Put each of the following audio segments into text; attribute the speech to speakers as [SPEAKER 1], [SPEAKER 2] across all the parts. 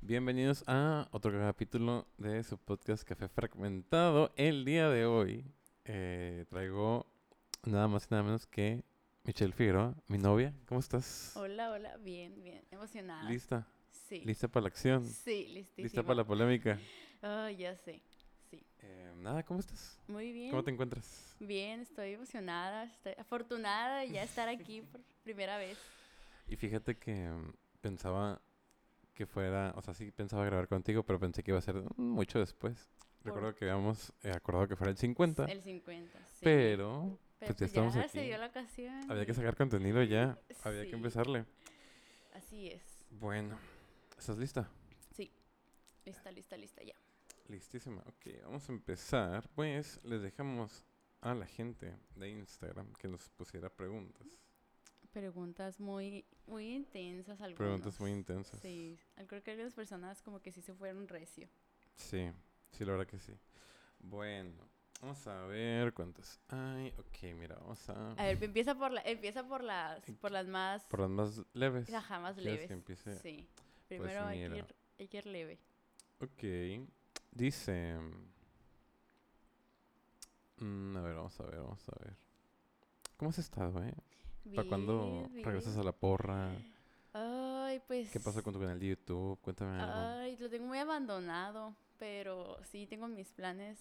[SPEAKER 1] Bienvenidos a otro capítulo de su podcast Café Fragmentado. El día de hoy eh, traigo nada más y nada menos que Michelle Figueroa, mi novia. ¿Cómo estás?
[SPEAKER 2] Hola, hola, bien, bien. Emocionada.
[SPEAKER 1] ¿Lista?
[SPEAKER 2] Sí.
[SPEAKER 1] ¿Lista para la acción?
[SPEAKER 2] Sí, listísima.
[SPEAKER 1] ¿Lista para la polémica?
[SPEAKER 2] Ay, ya sé. Sí.
[SPEAKER 1] Eh, nada, ¿cómo estás?
[SPEAKER 2] Muy bien.
[SPEAKER 1] ¿Cómo te encuentras?
[SPEAKER 2] Bien, estoy emocionada, estoy afortunada de ya estar aquí por primera vez.
[SPEAKER 1] Y fíjate que mm, pensaba que fuera, o sea, sí pensaba grabar contigo, pero pensé que iba a ser mm, mucho después.
[SPEAKER 2] Por-
[SPEAKER 1] Recuerdo que habíamos eh, acordado que fuera el 50,
[SPEAKER 2] El 50, sí.
[SPEAKER 1] pero
[SPEAKER 2] Pero
[SPEAKER 1] pues ya estamos
[SPEAKER 2] ya
[SPEAKER 1] aquí.
[SPEAKER 2] se dio la ocasión.
[SPEAKER 1] había que
[SPEAKER 2] y
[SPEAKER 1] sacar contenido ya, había que
[SPEAKER 2] Sí.
[SPEAKER 1] empezarle.
[SPEAKER 2] Así es.
[SPEAKER 1] Bueno, ¿estás lista?
[SPEAKER 2] Lista, lista, lista, ya.
[SPEAKER 1] Listísima. Ok, vamos a empezar. Pues les dejamos a la gente de Instagram que nos pusiera preguntas.
[SPEAKER 2] Preguntas muy, muy intensas algunas.
[SPEAKER 1] Preguntas muy intensas.
[SPEAKER 2] Sí, al- creo que algunas personas como que sí se fueron recio.
[SPEAKER 1] Sí, sí, la verdad que sí. Bueno, vamos a ver cuántas hay. Ok, mira, vamos a...
[SPEAKER 2] A ver, empieza por la, empieza por las, por las más,
[SPEAKER 1] Por las más leves.
[SPEAKER 2] ajá, más
[SPEAKER 1] ¿quieres
[SPEAKER 2] leves.
[SPEAKER 1] pues, que empiece? pues,
[SPEAKER 2] Sí. Primero hay, que
[SPEAKER 1] mira.
[SPEAKER 2] ir, hay que ir leve.
[SPEAKER 1] Ok. Dice... mm, a ver, vamos a ver, vamos a ver. ¿Cómo has estado, eh? ¿Para cuándo
[SPEAKER 2] Bien,
[SPEAKER 1] regresas
[SPEAKER 2] bien.
[SPEAKER 1] a la porra?
[SPEAKER 2] Ay, pues.
[SPEAKER 1] ¿Qué pasa con tu canal de YouTube? Cuéntame algo.
[SPEAKER 2] Ay, lo tengo muy abandonado, pero sí tengo mis planes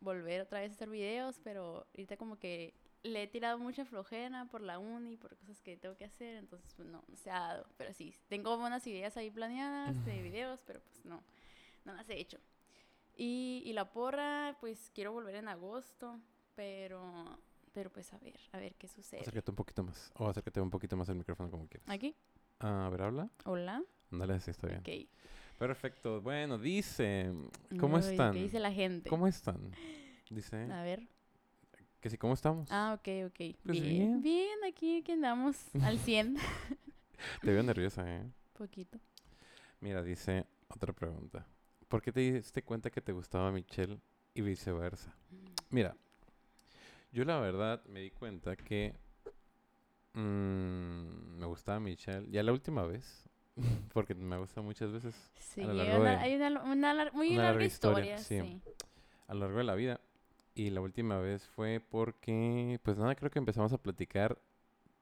[SPEAKER 2] volver otra vez a hacer videos, pero ahorita como que le he tirado mucha flojera por la uni, por cosas que tengo que hacer, entonces pues no, no se ha dado. Pero sí, tengo buenas ideas ahí planeadas de videos, pero pues no, no las he hecho. Y, y la porra, pues quiero volver en agosto, pero, pero pues a ver, a ver qué sucede.
[SPEAKER 1] Acércate un poquito más. O acércate un poquito más al micrófono como quieras.
[SPEAKER 2] Aquí,
[SPEAKER 1] Ah, a ver, habla.
[SPEAKER 2] hola,
[SPEAKER 1] Ándale, así está bien.
[SPEAKER 2] ok.
[SPEAKER 1] Perfecto. Bueno, dice... ¿Cómo
[SPEAKER 2] Ay,
[SPEAKER 1] están?
[SPEAKER 2] ¿Qué dice la gente?
[SPEAKER 1] ¿Cómo están? Dice
[SPEAKER 2] A ver.
[SPEAKER 1] que sí, ¿cómo estamos?
[SPEAKER 2] Ah, ok, ok.
[SPEAKER 1] Pues bien.
[SPEAKER 2] bien, bien, aquí que andamos al 100.
[SPEAKER 1] Te veo nerviosa, ¿eh?
[SPEAKER 2] Poquito.
[SPEAKER 1] Mira, dice otra pregunta. ¿Por qué te diste cuenta que te gustaba Michelle y viceversa? Mira, yo la verdad me di cuenta que mm, me gustaba Michelle ya la última vez, porque me ha gustado muchas veces
[SPEAKER 2] Sí,
[SPEAKER 1] A
[SPEAKER 2] hay
[SPEAKER 1] lo largo de-
[SPEAKER 2] una, hay una, una lar- muy
[SPEAKER 1] una larga
[SPEAKER 2] larga
[SPEAKER 1] historia,
[SPEAKER 2] historia,
[SPEAKER 1] sí.
[SPEAKER 2] sí.
[SPEAKER 1] a lo largo de la vida. Y la última vez fue porque, pues nada, creo que empezamos a platicar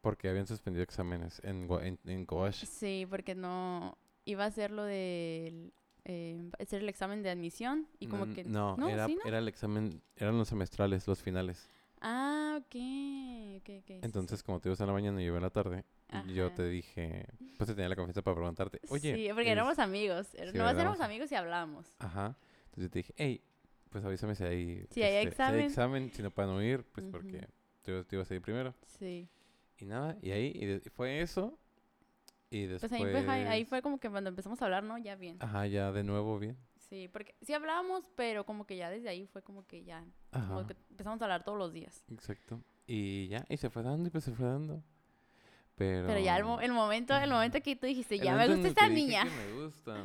[SPEAKER 1] porque habían suspendido exámenes en, Gua- en, en Coash.
[SPEAKER 2] sí. porque no iba a hacer lo del eh, hacer el examen de admisión y como
[SPEAKER 1] Mm,
[SPEAKER 2] que
[SPEAKER 1] No, era,
[SPEAKER 2] ¿sí, no?
[SPEAKER 1] era el examen, eran los semestrales, los finales.
[SPEAKER 2] Ah, ok, ok, ok. sí, sí.
[SPEAKER 1] Entonces, como te ibas en la mañana y yo en la tarde, yo
[SPEAKER 2] Ajá.
[SPEAKER 1] te dije, pues te tenía la confianza para preguntarte, oye.
[SPEAKER 2] Sí, porque
[SPEAKER 1] es-
[SPEAKER 2] éramos amigos, er,
[SPEAKER 1] sí,
[SPEAKER 2] no
[SPEAKER 1] éramos
[SPEAKER 2] éramos
[SPEAKER 1] am-
[SPEAKER 2] amigos y hablamos.
[SPEAKER 1] Ajá. Entonces yo te dije, hey, pues avísame si hay,
[SPEAKER 2] Si hay
[SPEAKER 1] este, si
[SPEAKER 2] examen".
[SPEAKER 1] examen, si no pueden no ir, pues
[SPEAKER 2] Ujú.
[SPEAKER 1] porque te, te ibas a ir primero.
[SPEAKER 2] Sí.
[SPEAKER 1] Y nada, y ahí y de- fue eso. Y después. Ah.
[SPEAKER 2] Pues ahí, fue, ahí- ahí fue como que cuando empezamos a hablar, ¿no? Ya bien.
[SPEAKER 1] Ajá, ya de nuevo bien.
[SPEAKER 2] Sí, porque sí hablábamos, pero como que ya desde ahí fue como que ya
[SPEAKER 1] Ajá.
[SPEAKER 2] Como que empezamos a hablar todos los días.
[SPEAKER 1] Exacto. Y ya, y se fue dando, y pues se fue dando. Pero.
[SPEAKER 2] Pero, ya el, mo- el momento, el momento que tú dijiste,
[SPEAKER 1] el
[SPEAKER 2] ya me
[SPEAKER 1] momento
[SPEAKER 2] gusta
[SPEAKER 1] en el que
[SPEAKER 2] esta
[SPEAKER 1] dije
[SPEAKER 2] niña.
[SPEAKER 1] que me gusta.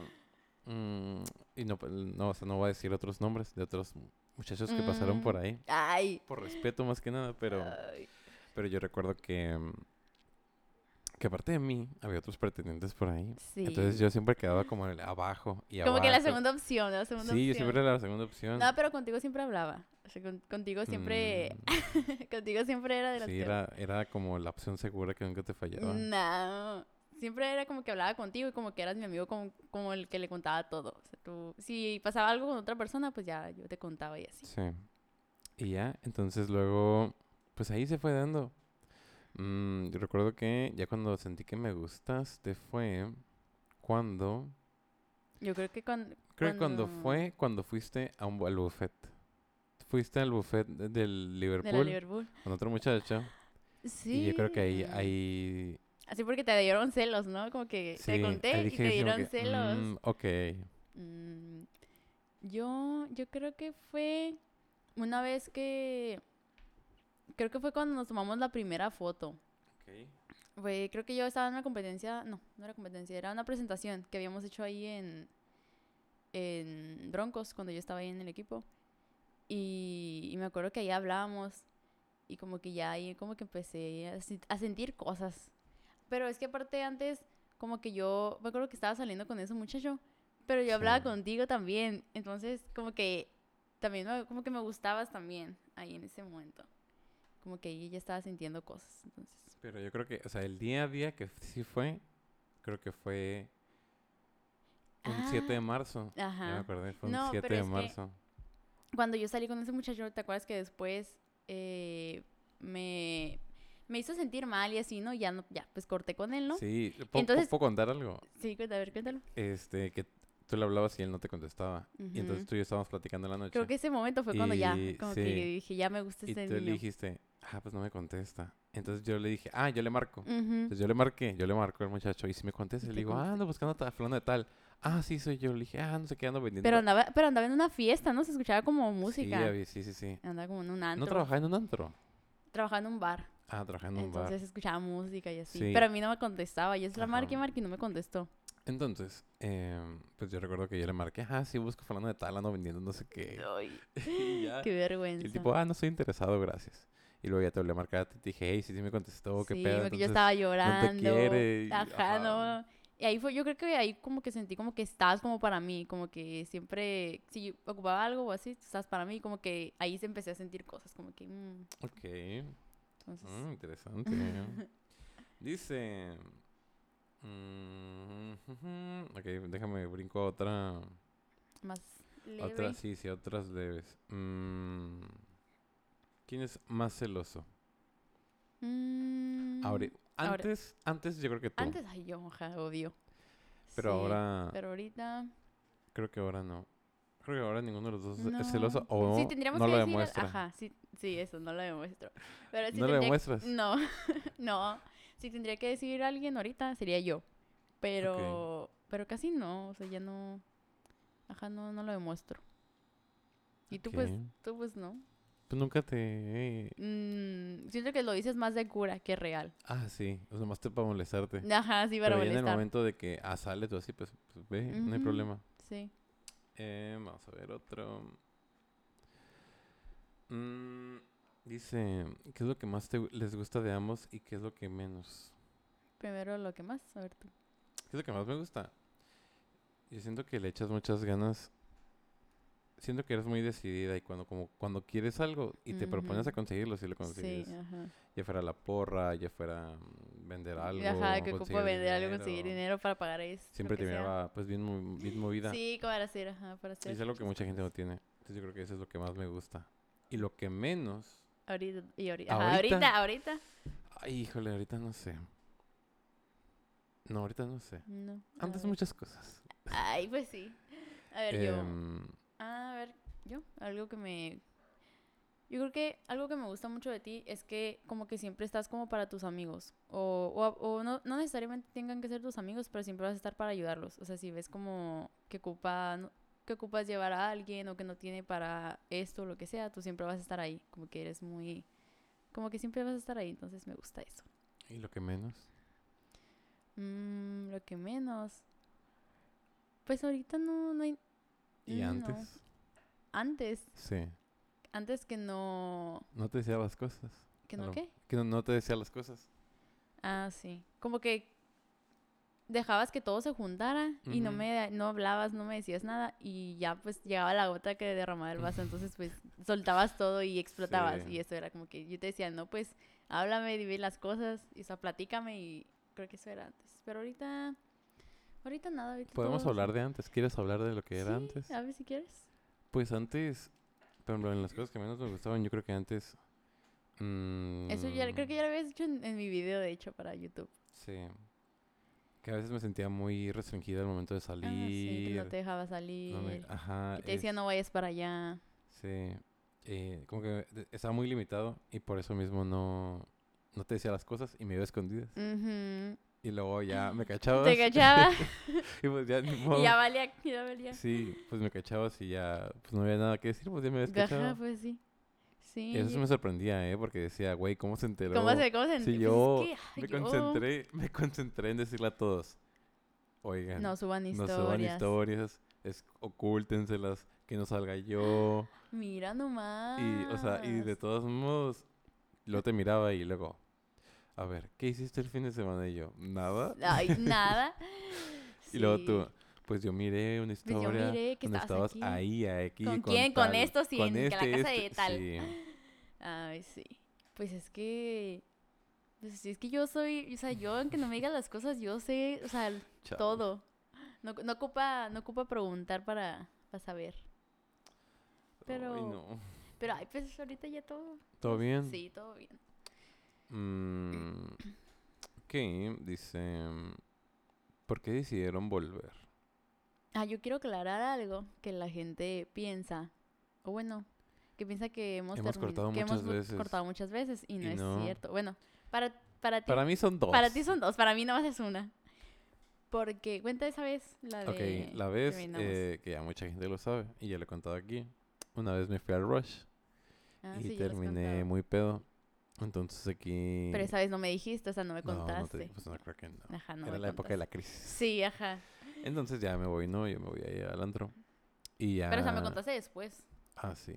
[SPEAKER 1] mm, y no, pues, no, o sea, no voy a decir otros nombres de otros muchachos que pasaron por
[SPEAKER 2] Mm. Ah.
[SPEAKER 1] ahí.
[SPEAKER 2] Ay.
[SPEAKER 1] Por respeto más que nada, pero,
[SPEAKER 2] Ay.
[SPEAKER 1] pero yo recuerdo que... mm, Que aparte de mí, había otros pretendientes por ahí.
[SPEAKER 2] Sí.
[SPEAKER 1] Entonces yo siempre quedaba como el abajo y
[SPEAKER 2] como que la
[SPEAKER 1] abajo.
[SPEAKER 2] segunda opción, la segunda
[SPEAKER 1] Sí, yo
[SPEAKER 2] opción.
[SPEAKER 1] siempre era la segunda opción.
[SPEAKER 2] No, pero contigo siempre hablaba. O sea, con- contigo siempre,
[SPEAKER 1] Mm,
[SPEAKER 2] contigo siempre era de las
[SPEAKER 1] sí,
[SPEAKER 2] que-
[SPEAKER 1] era, era como la opción segura que nunca te fallaba.
[SPEAKER 2] Mm, No. Siempre era como que hablaba contigo y como que eras mi amigo como, como el que le contaba todo. O sea, tú, si pasaba algo con otra persona, pues ya yo te contaba y así.
[SPEAKER 1] Sí. Y ya, entonces luego, pues ahí se fue dando. Mm, yo recuerdo que ya cuando sentí que me gustaste fue cuando...
[SPEAKER 2] Yo creo que cuando...
[SPEAKER 1] Creo que cuando
[SPEAKER 2] Cuando-
[SPEAKER 1] fue cuando fuiste a un, bu- al buffet. Fuiste al buffet de- del
[SPEAKER 2] De la
[SPEAKER 1] Liverpool
[SPEAKER 2] Liverpool.
[SPEAKER 1] con otro muchacho.
[SPEAKER 2] Sí.
[SPEAKER 1] Y yo creo que ahí... ahí
[SPEAKER 2] Así porque te dieron celos, ¿no? Como que
[SPEAKER 1] sí,
[SPEAKER 2] te
[SPEAKER 1] ahí
[SPEAKER 2] conté y
[SPEAKER 1] dije
[SPEAKER 2] te
[SPEAKER 1] así como
[SPEAKER 2] dieron
[SPEAKER 1] que,
[SPEAKER 2] celos.
[SPEAKER 1] "Mm, ok.
[SPEAKER 2] Mm, yo, yo creo que fue una vez que... Creo que fue cuando nos tomamos la primera foto. Fue- creo que yo estaba en una competencia... No, no era competencia, era una presentación que habíamos hecho ahí en, en Broncos cuando yo estaba ahí en el equipo. Y, y me acuerdo que ahí hablábamos y como que ya ahí como que empecé a, sen- a sentir cosas. Pero es que aparte antes como que yo me acuerdo que estaba saliendo con ese muchacho, Pero yo hablaba
[SPEAKER 1] Sí.
[SPEAKER 2] contigo también, entonces como que también me- como que me gustabas también ahí en ese momento. Como que ella ya estaba sintiendo cosas, entonces.
[SPEAKER 1] Pero yo creo que, o sea, el día a día que sí fue, creo que fue un 7 de
[SPEAKER 2] Ah,
[SPEAKER 1] marzo. Ya me
[SPEAKER 2] Ajá.
[SPEAKER 1] acordé, fue un
[SPEAKER 2] No,
[SPEAKER 1] 7
[SPEAKER 2] pero
[SPEAKER 1] de
[SPEAKER 2] es que-
[SPEAKER 1] marzo.
[SPEAKER 2] Cuando yo salí con ese muchacho, ¿te acuerdas que después eh, me, me hizo sentir mal y así, ¿no? Ya, no, ya pues corté con él, ¿no? Sí,
[SPEAKER 1] Sí, ¿puedo,
[SPEAKER 2] Entonces-
[SPEAKER 1] puedo contar algo?
[SPEAKER 2] cuéntame, a ver, cuéntalo.
[SPEAKER 1] Este, que tú le hablabas y él no te contestaba. Y entonces
[SPEAKER 2] Ujú.
[SPEAKER 1] tú y yo estábamos platicando en la noche.
[SPEAKER 2] Creo que ese momento fue cuando ya,
[SPEAKER 1] Y-
[SPEAKER 2] como
[SPEAKER 1] sí.
[SPEAKER 2] que dije, ya me gusta
[SPEAKER 1] y
[SPEAKER 2] este
[SPEAKER 1] tú le
[SPEAKER 2] niño.
[SPEAKER 1] dijiste, ah, pues no me contesta. Entonces yo le dije, ah, yo le marco.
[SPEAKER 2] Ujú.
[SPEAKER 1] Entonces yo le marqué, yo le marco al muchacho y si me contesta,
[SPEAKER 2] Y
[SPEAKER 1] le
[SPEAKER 2] te
[SPEAKER 1] digo, ah, ando buscando a ta- fulano de tal. Ah, sí, soy yo. Le dije, ah, no sé qué, ando vendiendo.
[SPEAKER 2] Pero andaba, pero andaba en una fiesta, ¿no? Se escuchaba como música.
[SPEAKER 1] Sí, David, sí, sí, sí.
[SPEAKER 2] Andaba como en un antro.
[SPEAKER 1] No trabajaba en un antro.
[SPEAKER 2] Trabajaba en un bar.
[SPEAKER 1] Ah, trabajaba en un bar.
[SPEAKER 2] Entonces escuchaba música y así.
[SPEAKER 1] Sí.
[SPEAKER 2] Pero a mí no me contestaba. Yo se la
[SPEAKER 1] Ajá.
[SPEAKER 2] marqué, marqué y no me contestó.
[SPEAKER 1] Entonces, em, pues yo recuerdo que yo le marqué, ah, sí, busco fulano de tal, ando vendiendo no sé qué.
[SPEAKER 2] Ay,
[SPEAKER 1] Y ya.
[SPEAKER 2] qué
[SPEAKER 1] Y
[SPEAKER 2] vergüenza.
[SPEAKER 1] el tipo, ah, no estoy interesado, gracias. Y luego ya te volví a marcar a ti, te dije, hey, sí, sí me contestó, Oh, qué
[SPEAKER 2] sí,
[SPEAKER 1] pedo.
[SPEAKER 2] porque yo
[SPEAKER 1] Entonces,
[SPEAKER 2] estaba llorando.
[SPEAKER 1] quiere y-
[SPEAKER 2] Ajá,
[SPEAKER 1] ajá.
[SPEAKER 2] no. Y ahí fue, yo creo que ahí como que sentí como que estás como para mí, como que siempre, si yo ocupaba algo o así, tú estás para mí, como que ahí se empecé a sentir cosas, como que, mm,
[SPEAKER 1] Ok.
[SPEAKER 2] entonces,
[SPEAKER 1] Mm, interesante. Dice. mm, ujú, ok, déjame brinco a otra.
[SPEAKER 2] más leve.
[SPEAKER 1] Otra, sí, sí, otras leves. Mm, ¿Quién es más celoso?
[SPEAKER 2] Mm,
[SPEAKER 1] Ahora,
[SPEAKER 2] ahora-
[SPEAKER 1] antes, antes yo creo que tú.
[SPEAKER 2] Antes, ay, yo, ajá, obvio.
[SPEAKER 1] pero
[SPEAKER 2] Sí,
[SPEAKER 1] ahora,
[SPEAKER 2] Pero ahorita...
[SPEAKER 1] creo que ahora no. Creo que ahora ninguno de los dos es celoso
[SPEAKER 2] No.
[SPEAKER 1] o
[SPEAKER 2] sí, tendríamos
[SPEAKER 1] no
[SPEAKER 2] que
[SPEAKER 1] lo
[SPEAKER 2] decir,
[SPEAKER 1] demuestra.
[SPEAKER 2] Ajá, sí, sí, eso, no lo demuestro. Pero sí
[SPEAKER 1] ¿No lo
[SPEAKER 2] tendría- Mm,
[SPEAKER 1] demuestras?
[SPEAKER 2] No, no. Si tendría que decir a alguien ahorita, sería yo. Pero, pero casi no, o sea, ya no... Ajá, no, no lo demuestro. Y tú pues,
[SPEAKER 1] Ok.
[SPEAKER 2] tú pues no.
[SPEAKER 1] Pues nunca te.
[SPEAKER 2] Mm, siento que lo dices más de cura que real.
[SPEAKER 1] Ah, sí. Pues nomás te para molestarte.
[SPEAKER 2] Ajá, sí, para
[SPEAKER 1] Pero ya en el
[SPEAKER 2] molestar.
[SPEAKER 1] momento de que ah, sale tú así, pues, pues ve, no hay
[SPEAKER 2] Ujú.
[SPEAKER 1] problema.
[SPEAKER 2] Sí.
[SPEAKER 1] Eh, vamos a ver otro. Mm, dice, ¿qué es lo que más te gu- les gusta de ambos y qué es lo que menos?
[SPEAKER 2] Primero lo que más, a ver tú.
[SPEAKER 1] ¿Qué es lo que más me gusta? Yo siento que le echas muchas ganas. Siento que eres muy decidida y cuando como cuando quieres algo y te propones a
[SPEAKER 2] Ujú.
[SPEAKER 1] conseguirlo, si lo consigues.
[SPEAKER 2] Sí, ajá.
[SPEAKER 1] Ya fuera la porra, ya fuera mm, vender algo,
[SPEAKER 2] Ajá, que ocupo
[SPEAKER 1] conseguir
[SPEAKER 2] vender algo, conseguir dinero para pagar eso. lo
[SPEAKER 1] Siempre
[SPEAKER 2] que
[SPEAKER 1] te
[SPEAKER 2] sea.
[SPEAKER 1] miraba pues bien, mo- bien movida.
[SPEAKER 2] Sí, como para hacer, ajá, para hacer.
[SPEAKER 1] Es algo que mucha
[SPEAKER 2] muchas
[SPEAKER 1] gente no
[SPEAKER 2] cosas.
[SPEAKER 1] tiene. Entonces yo creo que eso es lo que más me gusta. Y lo que menos...
[SPEAKER 2] Ahorita, y ahorita. ajá,
[SPEAKER 1] Ahorita.
[SPEAKER 2] ahorita, ahorita.
[SPEAKER 1] Ay, híjole, ahorita no sé. No, ahorita no sé.
[SPEAKER 2] No. a
[SPEAKER 1] Antes
[SPEAKER 2] ver.
[SPEAKER 1] muchas cosas.
[SPEAKER 2] Ay, pues sí. A ver, yo. Ah,
[SPEAKER 1] Em,
[SPEAKER 2] A ver, yo. Algo que me. Yo creo que algo que me gusta mucho de ti es que como que siempre estás como para tus amigos. O, o, a- o no, no necesariamente tengan que ser tus amigos, pero siempre vas a estar para ayudarlos. O sea, si ves como que ocupa, no- que ocupas llevar a alguien o que no tiene para esto o lo que sea, tú siempre vas a estar ahí. Como que eres muy... Como que siempre vas a estar ahí, entonces me gusta eso.
[SPEAKER 1] ¿Y lo que menos?
[SPEAKER 2] Mm, lo que menos. Pues ahorita no, no hay...
[SPEAKER 1] ¿Y
[SPEAKER 2] Mm, no.
[SPEAKER 1] antes?
[SPEAKER 2] Antes,
[SPEAKER 1] Sí.
[SPEAKER 2] antes que no...
[SPEAKER 1] No te decía las cosas.
[SPEAKER 2] ¿Que
[SPEAKER 1] A
[SPEAKER 2] no
[SPEAKER 1] lo-
[SPEAKER 2] qué?
[SPEAKER 1] Que no, no te decía las cosas.
[SPEAKER 2] Ah, sí. Como que dejabas que todo se juntara y no
[SPEAKER 1] Ujú.
[SPEAKER 2] me no hablabas, no me decías nada y ya pues llegaba la gota que derramaba el vaso, entonces pues soltabas todo y explotabas
[SPEAKER 1] Sí.
[SPEAKER 2] y eso era como que yo te decía, "No, pues háblame, dime las cosas y o sea, platícame" y creo que eso era antes. Pero ahorita ahorita nada, ahorita
[SPEAKER 1] Podemos
[SPEAKER 2] todo-
[SPEAKER 1] hablar de antes. ¿Quieres hablar de lo que era
[SPEAKER 2] Sí,
[SPEAKER 1] antes?
[SPEAKER 2] A ver si quieres.
[SPEAKER 1] Pues antes, por ejemplo, en las cosas que menos me gustaban, yo creo que antes...
[SPEAKER 2] Eso ya creo
[SPEAKER 1] mm,
[SPEAKER 2] que ya lo habías hecho en, en mi video de hecho para YouTube.
[SPEAKER 1] Sí. Que a veces me sentía muy restringida al momento de
[SPEAKER 2] Ah, sí, que
[SPEAKER 1] salir.
[SPEAKER 2] no te dejaba salir.
[SPEAKER 1] no me- ajá.
[SPEAKER 2] que te decía
[SPEAKER 1] es-
[SPEAKER 2] no vayas para allá.
[SPEAKER 1] Sí. eh, como que de- estaba muy limitado y por eso mismo no, no te decía las cosas y me iba a escondidas.
[SPEAKER 2] Ujú.
[SPEAKER 1] Y luego ya me cachabas.
[SPEAKER 2] Te cachaba.
[SPEAKER 1] y pues ya, ni modo.
[SPEAKER 2] Y ya valía, ya valía.
[SPEAKER 1] Sí, pues me cachabas y ya pues no había nada que decir, pues ya me habías
[SPEAKER 2] Ajá,
[SPEAKER 1] cachado.
[SPEAKER 2] pues sí. Sí.
[SPEAKER 1] Eso sí
[SPEAKER 2] yo-
[SPEAKER 1] me sorprendía, ¿eh? Porque decía, güey, ¿cómo se enteró?
[SPEAKER 2] ¿Cómo se, cómo se
[SPEAKER 1] Si
[SPEAKER 2] pues es
[SPEAKER 1] yo
[SPEAKER 2] que, ay,
[SPEAKER 1] me
[SPEAKER 2] yo-
[SPEAKER 1] concentré, me concentré en decirle a todos. Oigan,
[SPEAKER 2] No suban
[SPEAKER 1] no
[SPEAKER 2] historias.
[SPEAKER 1] suban historias, es, ocúltenselas, que no salga yo.
[SPEAKER 2] Mira nomás.
[SPEAKER 1] Y, o sea, y
[SPEAKER 2] Ah,
[SPEAKER 1] de todos modos, lo te miraba y luego, a ver, ¿qué hiciste el fin de semana? Y yo, nada.
[SPEAKER 2] Ay, nada.
[SPEAKER 1] Y luego tú, pues yo miré una
[SPEAKER 2] yo
[SPEAKER 1] historia
[SPEAKER 2] miré que
[SPEAKER 1] donde
[SPEAKER 2] estabas
[SPEAKER 1] estabas
[SPEAKER 2] aquí.
[SPEAKER 1] ahí, aquí.
[SPEAKER 2] ¿Con quién? Con
[SPEAKER 1] tal,
[SPEAKER 2] estos y en que la casa de
[SPEAKER 1] este,
[SPEAKER 2] tal.
[SPEAKER 1] sí.
[SPEAKER 2] Ay, sí. Pues es que. Pues sí, es que yo soy. O sea, yo, aunque no me digas las cosas, yo sé, o sea, el-
[SPEAKER 1] Chale.
[SPEAKER 2] todo. No, no ocupa, no ocupa preguntar para, para saber. Pero-
[SPEAKER 1] Ay, no.
[SPEAKER 2] Pero, ay, pues ahorita ya todo.
[SPEAKER 1] ¿Todo
[SPEAKER 2] pues,
[SPEAKER 1] bien?
[SPEAKER 2] Sí, todo bien.
[SPEAKER 1] Mm, ok, dice... ¿Por qué decidieron volver?
[SPEAKER 2] Ah, yo quiero aclarar algo que la gente piensa. O bueno, que piensa que hemos,
[SPEAKER 1] Hemos
[SPEAKER 2] termin-
[SPEAKER 1] cortado
[SPEAKER 2] que hemos
[SPEAKER 1] muchas
[SPEAKER 2] mu-
[SPEAKER 1] veces.
[SPEAKER 2] cortado muchas veces y no
[SPEAKER 1] Y
[SPEAKER 2] es
[SPEAKER 1] no.
[SPEAKER 2] cierto. Bueno, para, para ti.
[SPEAKER 1] Para mí son dos.
[SPEAKER 2] Para ti son dos, para mí nomás es una. Porque, cuenta esa vez, la de...
[SPEAKER 1] Ok, la vez
[SPEAKER 2] terminamos.
[SPEAKER 1] eh, que ya mucha gente lo sabe y ya lo he contado aquí. Una vez me fui al Rush
[SPEAKER 2] Ah,
[SPEAKER 1] y
[SPEAKER 2] sí, ya lo has
[SPEAKER 1] terminé
[SPEAKER 2] contado.
[SPEAKER 1] muy pedo. Entonces aquí...
[SPEAKER 2] Pero esa vez no me dijiste, o sea, no me
[SPEAKER 1] No, no te-
[SPEAKER 2] contaste.
[SPEAKER 1] pues no, creo que no.
[SPEAKER 2] Ajá, no
[SPEAKER 1] Era
[SPEAKER 2] me
[SPEAKER 1] la época de
[SPEAKER 2] contaste.
[SPEAKER 1] la crisis.
[SPEAKER 2] Sí, ajá.
[SPEAKER 1] Entonces ya me voy, ¿no? Yo me voy ahí al antro. Y ya...
[SPEAKER 2] Pero, o sea, me contaste después.
[SPEAKER 1] Ah, sí.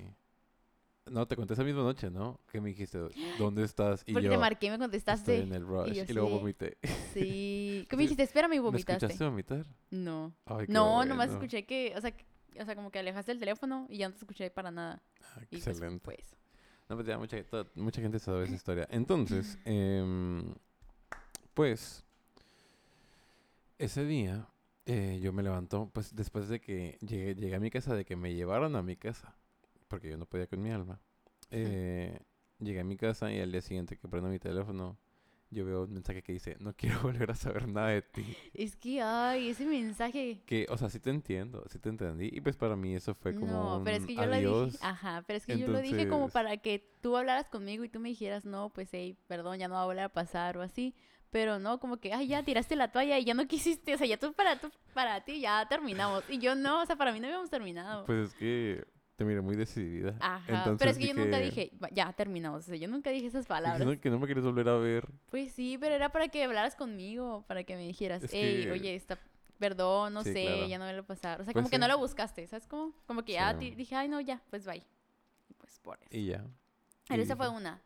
[SPEAKER 1] No, te conté esa misma noche, ¿no? Que me dijiste, ¿dónde estás? Y
[SPEAKER 2] Porque
[SPEAKER 1] yo,
[SPEAKER 2] te marqué y me contestaste.
[SPEAKER 1] estoy en el rush.
[SPEAKER 2] yo
[SPEAKER 1] Y, luego
[SPEAKER 2] sí.
[SPEAKER 1] vomité.
[SPEAKER 2] Sí. ¿Qué
[SPEAKER 1] Sí.
[SPEAKER 2] me dijiste? Espérame y
[SPEAKER 1] ¿Me
[SPEAKER 2] vomitaste.
[SPEAKER 1] escuchaste vomitar?
[SPEAKER 2] No.
[SPEAKER 1] Ay, qué
[SPEAKER 2] No, nomás
[SPEAKER 1] bueno.
[SPEAKER 2] escuché que, o sea, que- o sea, como que alejaste el teléfono y ya no te escuché para nada.
[SPEAKER 1] Ah,
[SPEAKER 2] Y pues,
[SPEAKER 1] Excelente.
[SPEAKER 2] pues,
[SPEAKER 1] No, pues ya mucha, toda- mucha gente sabe esa historia. Entonces, em, pues, ese día eh, yo me levanto, pues después de que llegué, llegué a mi casa, de que me llevaron a mi casa, porque yo no podía con mi alma. eh, llegué a mi casa y al día siguiente que prendo mi teléfono, yo veo un mensaje que dice, no quiero volver a saber nada de ti.
[SPEAKER 2] Es que, ay, ese mensaje.
[SPEAKER 1] Que, o sea, sí te entiendo, sí te entendí. Y pues para mí eso fue como
[SPEAKER 2] no, pero es
[SPEAKER 1] un
[SPEAKER 2] que yo lo
[SPEAKER 1] adiós.
[SPEAKER 2] dije. Ajá, pero es que yo lo dije como
[SPEAKER 1] Entonces-
[SPEAKER 2] para que tú hablaras conmigo y tú me dijeras, no, pues, hey, perdón, ya no va a volver a pasar o así. Pero no, como que, ay, ya tiraste la toalla y ya no quisiste, o sea, ya tú para, tú, para ti ya terminamos. Y yo no, o sea, para mí no habíamos terminado.
[SPEAKER 1] Pues es que te miré muy decidida.
[SPEAKER 2] Ajá, pero es que yo nunca
[SPEAKER 1] dije,
[SPEAKER 2] dije, "Va- ya terminamos, o sea, yo nunca dije esas palabras.
[SPEAKER 1] Diciendo que no me quieres volver a ver.
[SPEAKER 2] Pues sí, pero era para que hablaras conmigo, para que me dijeras,
[SPEAKER 1] Es
[SPEAKER 2] hey,
[SPEAKER 1] que-
[SPEAKER 2] oye, está, perdón, no
[SPEAKER 1] Sí,
[SPEAKER 2] sé,
[SPEAKER 1] claro.
[SPEAKER 2] ya no me lo pasar. O sea,
[SPEAKER 1] Pues
[SPEAKER 2] como que no
[SPEAKER 1] sí.
[SPEAKER 2] lo buscaste, ¿sabes cómo? Como que ya
[SPEAKER 1] Sí.
[SPEAKER 2] ti- dije, ay, no, ya, pues bye. Y pues por eso.
[SPEAKER 1] Y ya.
[SPEAKER 2] Pero
[SPEAKER 1] Y
[SPEAKER 2] esa fue
[SPEAKER 1] dije,
[SPEAKER 2] una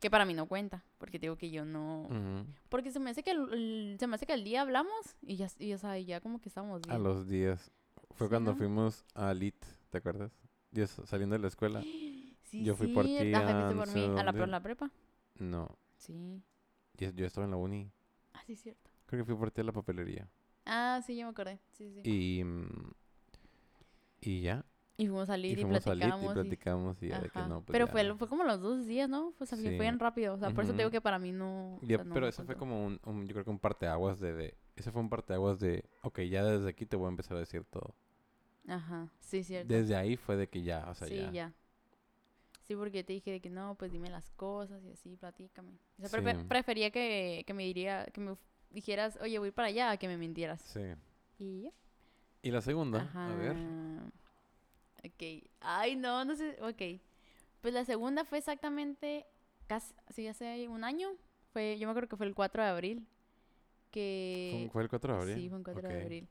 [SPEAKER 2] que para mí no cuenta, porque digo que yo no...
[SPEAKER 1] "Ujú".
[SPEAKER 2] Porque se me hace que el, el- se me hace que el día hablamos y ya, y, o sea, ya como que estábamos bien.
[SPEAKER 1] A los días. Fue
[SPEAKER 2] Sí,
[SPEAKER 1] cuando
[SPEAKER 2] ¿no?
[SPEAKER 1] fuimos a Lit, ¿te acuerdas? Yo sa- saliendo de la escuela.
[SPEAKER 2] Sí,
[SPEAKER 1] yo fui por
[SPEAKER 2] sí,
[SPEAKER 1] ti
[SPEAKER 2] ajá,
[SPEAKER 1] a
[SPEAKER 2] fuiste
[SPEAKER 1] no
[SPEAKER 2] por
[SPEAKER 1] sé
[SPEAKER 2] mí, a la,
[SPEAKER 1] dónde.
[SPEAKER 2] la prepa.
[SPEAKER 1] No.
[SPEAKER 2] Sí,
[SPEAKER 1] Yo, yo estaba en la uni.
[SPEAKER 2] ah, sí, cierto.
[SPEAKER 1] Creo que fui por ti a la papelería.
[SPEAKER 2] Ah, sí, yo me acordé, sí, sí. sí.
[SPEAKER 1] Y. mm, Y ya.
[SPEAKER 2] Y fuimos a
[SPEAKER 1] Y,
[SPEAKER 2] Lid y,
[SPEAKER 1] fuimos a Lit
[SPEAKER 2] platicamos.
[SPEAKER 1] y
[SPEAKER 2] y-
[SPEAKER 1] platicamos y ya de que
[SPEAKER 2] Ajá.
[SPEAKER 1] no. Pues
[SPEAKER 2] pero
[SPEAKER 1] ya.
[SPEAKER 2] fue, fue como los dos días, ¿no? O sea, que
[SPEAKER 1] Sí.
[SPEAKER 2] fue bien rápido. O sea, por eso te digo
[SPEAKER 1] Ujú.
[SPEAKER 2] que para mí no. o
[SPEAKER 1] Ya,
[SPEAKER 2] sea, no
[SPEAKER 1] pero
[SPEAKER 2] me
[SPEAKER 1] ese fue
[SPEAKER 2] contó.
[SPEAKER 1] como un, un- Yo creo que un parteaguas de, de. Ese fue un parteaguas de. Ok, ya desde aquí te voy a empezar a decir todo.
[SPEAKER 2] Ajá, sí, cierto.
[SPEAKER 1] Desde ahí fue de que ya, o sea,
[SPEAKER 2] sí,
[SPEAKER 1] ya.
[SPEAKER 2] ya. Sí, porque te dije de que no, pues dime las cosas y así, platícame. O sea, prefe-
[SPEAKER 1] Sí.
[SPEAKER 2] prefería que, que me diría, que me dijeras, oye, voy para allá, a que me mintieras.
[SPEAKER 1] Sí.
[SPEAKER 2] Y ya.
[SPEAKER 1] Y la segunda, a ver.
[SPEAKER 2] Ajá. Ok. Ay, no, no sé. Ok. Pues la segunda fue exactamente casi, sí, hace un año. Fue, yo me acuerdo que fue el 4 de abril. Que...
[SPEAKER 1] ¿Fue- ¿Fue el 4 de abril?
[SPEAKER 2] Sí, fue un 4
[SPEAKER 1] Ok.
[SPEAKER 2] de abril.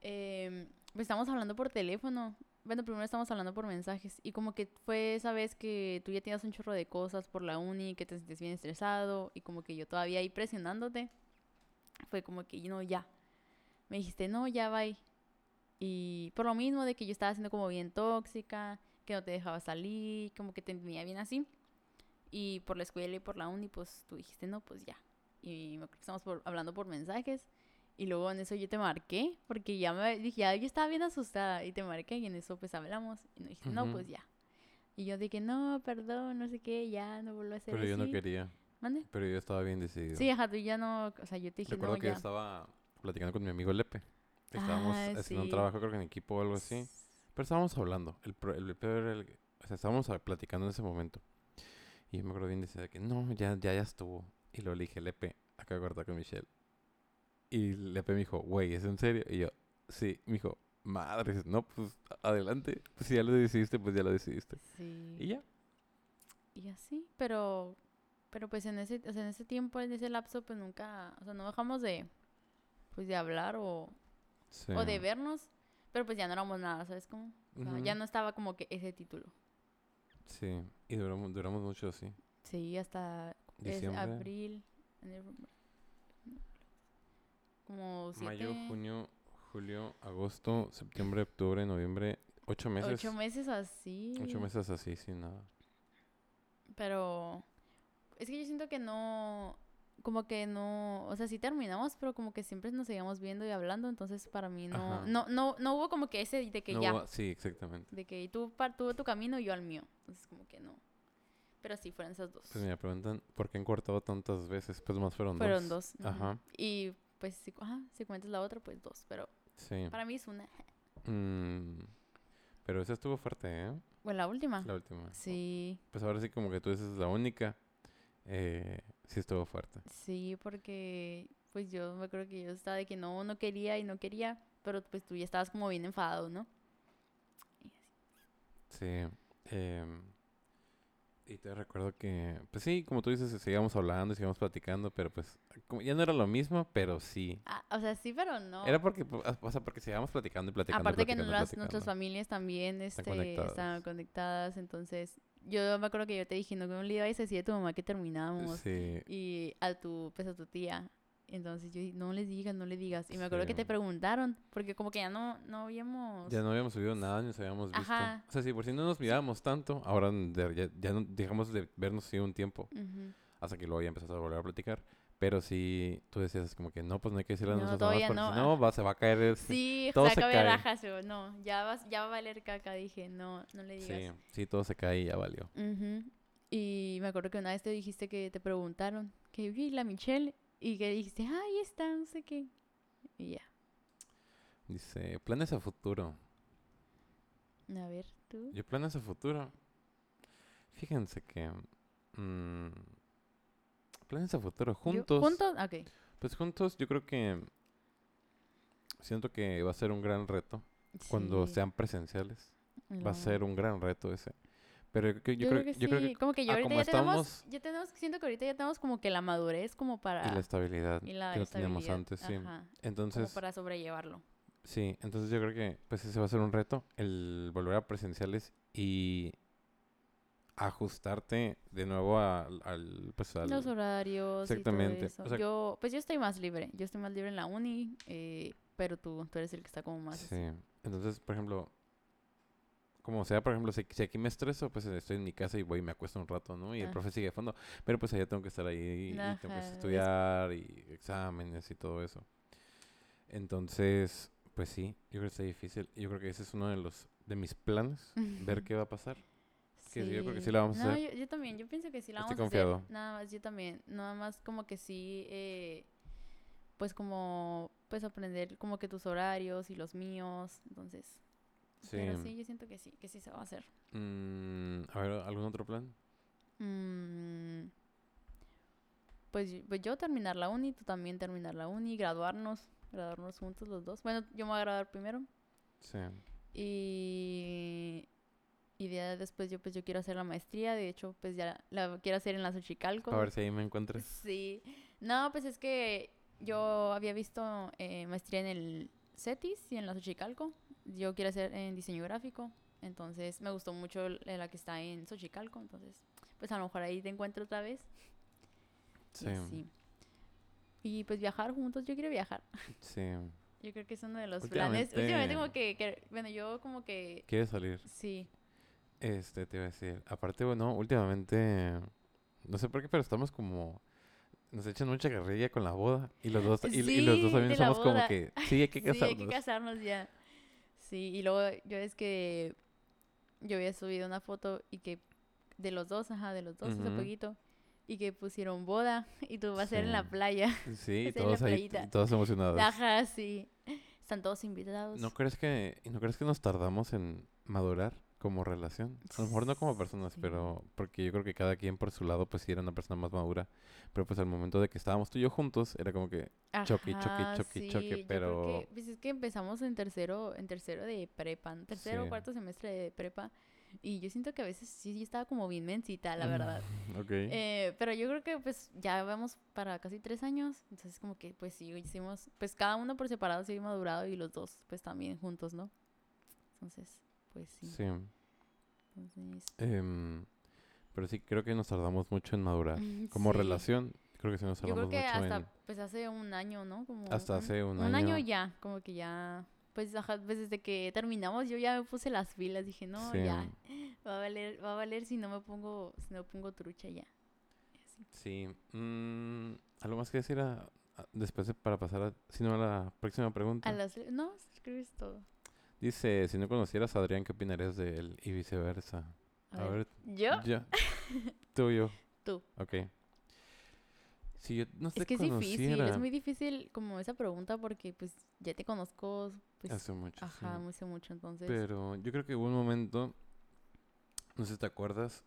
[SPEAKER 2] Em, pues estábamos hablando por teléfono. Bueno, primero estábamos hablando por mensajes. Y como que fue esa vez que tú ya tenías un chorro de cosas por la uni, que te sentías bien estresado. Y como que yo todavía ahí presionándote. Fue como que, no, ya. Me dijiste, no, ya, bye. Y por lo mismo de que yo estaba siendo como bien tóxica, que no te dejaba salir, como que te tenía bien así. Y por la escuela y por la uni, pues tú dijiste, no, pues ya. Y me acuerdo que estábamos por- hablando por mensajes. Y luego en eso yo te marqué, porque ya me dije, ya yo estaba bien asustada. Y te marqué y en eso pues hablamos. Y me dijiste, no,
[SPEAKER 1] Ujú.
[SPEAKER 2] pues ya. Y yo dije, no, perdón, no sé qué, ya no vuelvo a hacer
[SPEAKER 1] Pero yo no
[SPEAKER 2] así".
[SPEAKER 1] quería.
[SPEAKER 2] ¿Mande?
[SPEAKER 1] Pero yo estaba bien decidido.
[SPEAKER 2] Sí, ajá, tú ya no, o sea, yo te dije,
[SPEAKER 1] Recuerdo
[SPEAKER 2] no,
[SPEAKER 1] que yo
[SPEAKER 2] ya.
[SPEAKER 1] estaba platicando con mi amigo Lepe. Estábamos
[SPEAKER 2] Ah,
[SPEAKER 1] haciendo un
[SPEAKER 2] sí.
[SPEAKER 1] trabajo, creo que en equipo o algo así. Pero estábamos hablando. El, pro- el peor era el- o sea, estábamos a- platicando en ese momento. Y yo me acuerdo bien decía que no, ya, ya, ya estuvo. Y luego le dije, Lepe, acabo de cortar con Michelle. Y Lepe me dijo, güey, ¿es en serio? Y yo, sí. Me dijo, madres, no, pues adelante. Pues si ya lo decidiste, pues ya lo decidiste.
[SPEAKER 2] Sí.
[SPEAKER 1] Y ya.
[SPEAKER 2] Y así, pero, pero pues en ese, o sea, en ese tiempo, en ese lapso, pues nunca, o sea, no dejamos de, pues de hablar o,
[SPEAKER 1] Sí.
[SPEAKER 2] o de vernos, pero pues ya no éramos nada, ¿sabes cómo? O sea, Ya
[SPEAKER 1] Ujú.
[SPEAKER 2] no estaba como que ese título.
[SPEAKER 1] Sí. Y duramos, duramos mucho así.
[SPEAKER 2] Sí, hasta es
[SPEAKER 1] Diciembre.
[SPEAKER 2] abril, enero, como siete,
[SPEAKER 1] Mayo, junio, julio, agosto, septiembre, octubre, noviembre. Ocho meses.
[SPEAKER 2] Ocho meses así.
[SPEAKER 1] Ocho meses así, sin nada.
[SPEAKER 2] Pero es que yo siento que no, como que no, o sea, sí terminamos, pero como que siempre nos seguíamos viendo y hablando, entonces para mí no,
[SPEAKER 1] Ajá.
[SPEAKER 2] no, no, no hubo como que ese de que
[SPEAKER 1] No
[SPEAKER 2] ya,
[SPEAKER 1] hubo- sí, exactamente.
[SPEAKER 2] de que tú par- tuvo tu camino y yo al mío, entonces como que no. Pero sí, fueron esas dos.
[SPEAKER 1] Pues me preguntan por qué han cortado tantas veces. Pues más fueron dos.
[SPEAKER 2] fueron dos. ujú.
[SPEAKER 1] Ajá.
[SPEAKER 2] Y pues si, ajá, si cuentas la otra, pues dos, pero
[SPEAKER 1] Sí.
[SPEAKER 2] para mí es una.
[SPEAKER 1] Mm, Pero esa estuvo fuerte, ¿eh?
[SPEAKER 2] Bueno, la última.
[SPEAKER 1] La última.
[SPEAKER 2] Ah, Sí,
[SPEAKER 1] Pues ahora sí, como que tú dices la única. Eh, sí estuvo fuerte.
[SPEAKER 2] sí, porque pues yo me acuerdo que yo estaba de que no, no quería y no quería, pero pues tú ya estabas como bien enfadado, ¿no?
[SPEAKER 1] Sí. em, y te recuerdo que, pues sí, como tú dices, seguíamos hablando, seguíamos platicando, pero pues como ya no era lo mismo, pero sí.
[SPEAKER 2] Ah, o sea, sí, pero no.
[SPEAKER 1] Era porque, pu- o sea, porque seguíamos platicando y platicando.
[SPEAKER 2] Aparte que
[SPEAKER 1] platicando,
[SPEAKER 2] nuestras, nuestras
[SPEAKER 1] platicando.
[SPEAKER 2] familias también este,
[SPEAKER 1] conectadas.
[SPEAKER 2] están conectadas, entonces yo me acuerdo que yo te dije, no, que un lío ahí se decía de tu mamá que terminamos
[SPEAKER 1] Sí.
[SPEAKER 2] y a tu, pues a tu tía. Entonces yo dije, no les digas, no le digas. Y me acuerdo que
[SPEAKER 1] Sí.
[SPEAKER 2] te preguntaron, porque como que ya no, no habíamos...
[SPEAKER 1] Ya no habíamos subido nada, ni nos habíamos visto.
[SPEAKER 2] Ajá.
[SPEAKER 1] O sea, si por si no nos mirábamos tanto, ahora de- ya, ya no dejamos de vernos sí un tiempo,
[SPEAKER 2] Ujú.
[SPEAKER 1] hasta que luego ya empezamos a volver a platicar. Pero sí, tú decías como que no, pues no hay que decirle a
[SPEAKER 2] No,
[SPEAKER 1] nuestras
[SPEAKER 2] todavía
[SPEAKER 1] mamás porque si
[SPEAKER 2] no,
[SPEAKER 1] no, va, se va a caer el...
[SPEAKER 2] Sí,
[SPEAKER 1] Todo
[SPEAKER 2] saca
[SPEAKER 1] se cae.
[SPEAKER 2] verajas, pero no, ya, vas, ya va a valer caca, dije, no, no le digas.
[SPEAKER 1] Sí, sí, todo se cae y ya valió.
[SPEAKER 2] Ujú. Y me acuerdo que una vez te dijiste que te preguntaron que vi la Michelle y que dijiste, "Ah, ahí está, no sé qué. Y
[SPEAKER 1] Dice, planes a futuro.
[SPEAKER 2] ya, a ver, tú.
[SPEAKER 1] Yo planes a futuro. Fíjense que... mm, planes a futuro,
[SPEAKER 2] Yo-
[SPEAKER 1] juntos.
[SPEAKER 2] ¿Juntos? Ah, Ok,
[SPEAKER 1] Pues juntos yo creo que... Siento que va a ser un gran reto cuando
[SPEAKER 2] sí,
[SPEAKER 1] sean presenciales. Va a
[SPEAKER 2] lo-
[SPEAKER 1] ser un gran reto ese. Pero yo, creo que-
[SPEAKER 2] Yo,
[SPEAKER 1] yo
[SPEAKER 2] creo que
[SPEAKER 1] yo creo
[SPEAKER 2] sí, como que yo
[SPEAKER 1] ah,
[SPEAKER 2] ahorita
[SPEAKER 1] como
[SPEAKER 2] ya tenemos,
[SPEAKER 1] estamos-
[SPEAKER 2] ya tenemos, siento que ahorita ya tenemos como que la madurez como para...
[SPEAKER 1] y la estabilidad
[SPEAKER 2] ah, y la
[SPEAKER 1] que no teníamos
[SPEAKER 2] estabilidad,
[SPEAKER 1] antes, sí.
[SPEAKER 2] ajá,
[SPEAKER 1] Entonces,
[SPEAKER 2] como para sobrellevarlo.
[SPEAKER 1] sí, entonces yo creo que pues ese va a ser un reto, el volver a presenciales y ajustarte de nuevo al, al pues al...
[SPEAKER 2] Los horarios y
[SPEAKER 1] Exactamente,
[SPEAKER 2] todo
[SPEAKER 1] o
[SPEAKER 2] eso.
[SPEAKER 1] sea-
[SPEAKER 2] yo, pues yo estoy más libre, yo estoy más libre en la uni, eh, pero tú, tú eres el que está como más... así.
[SPEAKER 1] Sí, entonces, por ejemplo, como sea, por ejemplo, si, si aquí me estreso, pues estoy en mi casa y voy y me acuesto un rato, ¿no? Y el
[SPEAKER 2] Ah.
[SPEAKER 1] profe sigue de fondo, pero pues allá tengo que estar ahí y tengo
[SPEAKER 2] Ajá,
[SPEAKER 1] que
[SPEAKER 2] es-
[SPEAKER 1] estudiar y exámenes y todo eso. Entonces, pues sí, yo creo que está difícil. Yo creo que ese es uno de los de mis planes, ver qué va a pasar. que sí, yo creo que sí la vamos a
[SPEAKER 2] No,
[SPEAKER 1] hacer.
[SPEAKER 2] Yo, yo también, yo pienso que sí la
[SPEAKER 1] Estoy
[SPEAKER 2] vamos a
[SPEAKER 1] confiado.
[SPEAKER 2] hacer. Nada más, yo también. Nada más como que sí, eh, pues como, pues aprender como que tus horarios y los míos. Entonces,
[SPEAKER 1] Sí.
[SPEAKER 2] pero sí, yo siento que sí, que sí se va a hacer.
[SPEAKER 1] Mm, a ver, ¿algún otro plan?
[SPEAKER 2] Mm, pues, yo- pues yo terminar la uni, tú también terminar la uni, graduarnos, graduarnos juntos los dos. Bueno, yo me voy a graduar primero
[SPEAKER 1] Sí.
[SPEAKER 2] y... Y de- después yo pues yo quiero hacer la maestría, de hecho pues ya la quiero hacer en la Xochicalco.
[SPEAKER 1] Para ver si ahí me encuentras.
[SPEAKER 2] Sí. No, pues es que yo había visto eh, maestría en el CETIS y en la Xochicalco. Yo quiero hacer en diseño gráfico. Entonces me gustó mucho el- la que está en Xochicalco. Entonces, pues a lo mejor ahí te encuentro otra vez.
[SPEAKER 1] Sí.
[SPEAKER 2] Sí. Y, así. Y, pues viajar juntos, yo quiero viajar.
[SPEAKER 1] Sí.
[SPEAKER 2] Yo creo que es uno de los planes. Últimamente como
[SPEAKER 1] Últimamente-
[SPEAKER 2] que, que- bueno, yo como que,
[SPEAKER 1] ¿Quieres salir?
[SPEAKER 2] sí.
[SPEAKER 1] Este, te iba a decir, aparte, bueno, últimamente, no sé por qué, pero estamos como, nos echan mucha carrilla con la boda y los dos, y, y los
[SPEAKER 2] Sí,
[SPEAKER 1] dos también
[SPEAKER 2] de la
[SPEAKER 1] somos como
[SPEAKER 2] boda.
[SPEAKER 1] que, sí, hay que
[SPEAKER 2] Sí, hay que
[SPEAKER 1] casarnos.
[SPEAKER 2] casarnos ya. Sí, y luego yo es que yo había subido una foto y que de los dos, ajá, de los dos hace
[SPEAKER 1] Ujú.
[SPEAKER 2] poquito, y que pusieron boda y tú vas a ser en la
[SPEAKER 1] Sí.
[SPEAKER 2] playa.
[SPEAKER 1] sí,
[SPEAKER 2] en la
[SPEAKER 1] todos ahí,
[SPEAKER 2] playita.
[SPEAKER 1] todos emocionados.
[SPEAKER 2] Ajá, sí. Están todos invitados.
[SPEAKER 1] ¿No crees que, y no crees que nos tardamos en madurar como relación? A lo mejor no como personas,
[SPEAKER 2] Sí.
[SPEAKER 1] pero porque yo creo que cada quien por su lado, pues sí era una persona más madura, pero pues al momento de que estábamos tú y yo juntos, era como que, choque, choque,
[SPEAKER 2] Ajá,
[SPEAKER 1] choque, choque,
[SPEAKER 2] sí, yo creo
[SPEAKER 1] pero-
[SPEAKER 2] que- pues es que empezamos en tercero, en tercero de prepa, en tercero o
[SPEAKER 1] Sí.
[SPEAKER 2] cuarto semestre de prepa, y yo siento que a veces sí, sí estaba como bien mensita, la verdad.
[SPEAKER 1] ok,
[SPEAKER 2] Eh, pero yo creo que pues ya vamos para casi tres años, entonces como que pues sí, hicimos, pues cada uno por separado sí madurado y los dos pues también juntos, ¿no? Entonces, pues sí.
[SPEAKER 1] sí,
[SPEAKER 2] entonces,
[SPEAKER 1] em, pero sí creo que nos tardamos mucho en madurar. Como
[SPEAKER 2] sí,
[SPEAKER 1] relación, creo que sí nos
[SPEAKER 2] Yo creo
[SPEAKER 1] hablamos
[SPEAKER 2] que
[SPEAKER 1] mucho
[SPEAKER 2] hasta
[SPEAKER 1] en-
[SPEAKER 2] pues hace un año, ¿no? Como
[SPEAKER 1] hasta hace un,
[SPEAKER 2] un año ya, como que ya, pues, ajá, pues, desde que terminamos yo ya me puse las pilas, dije, no,
[SPEAKER 1] Sí,
[SPEAKER 2] ya, va a valer, va a valer si no me pongo, si no me pongo trucha ya.
[SPEAKER 1] Sí. Mm, ¿Algo más que decir a- a- después de- para pasar, a, si no, a la próxima pregunta?
[SPEAKER 2] A las, no, creo que es todo.
[SPEAKER 1] Dice, si no conocieras a Adrián, ¿qué opinarías de él? Y viceversa. A ver,
[SPEAKER 2] ¿Yo?
[SPEAKER 1] ya. Tú y yo.
[SPEAKER 2] Tú.
[SPEAKER 1] Ok. Si yo no te
[SPEAKER 2] Es que es difícil,
[SPEAKER 1] conociera
[SPEAKER 2] es muy difícil como esa pregunta porque pues ya te conozco, pues,
[SPEAKER 1] hace mucho,
[SPEAKER 2] ajá,
[SPEAKER 1] sí.
[SPEAKER 2] hace mucho, entonces,
[SPEAKER 1] Pero yo creo que hubo un momento, no sé si te acuerdas,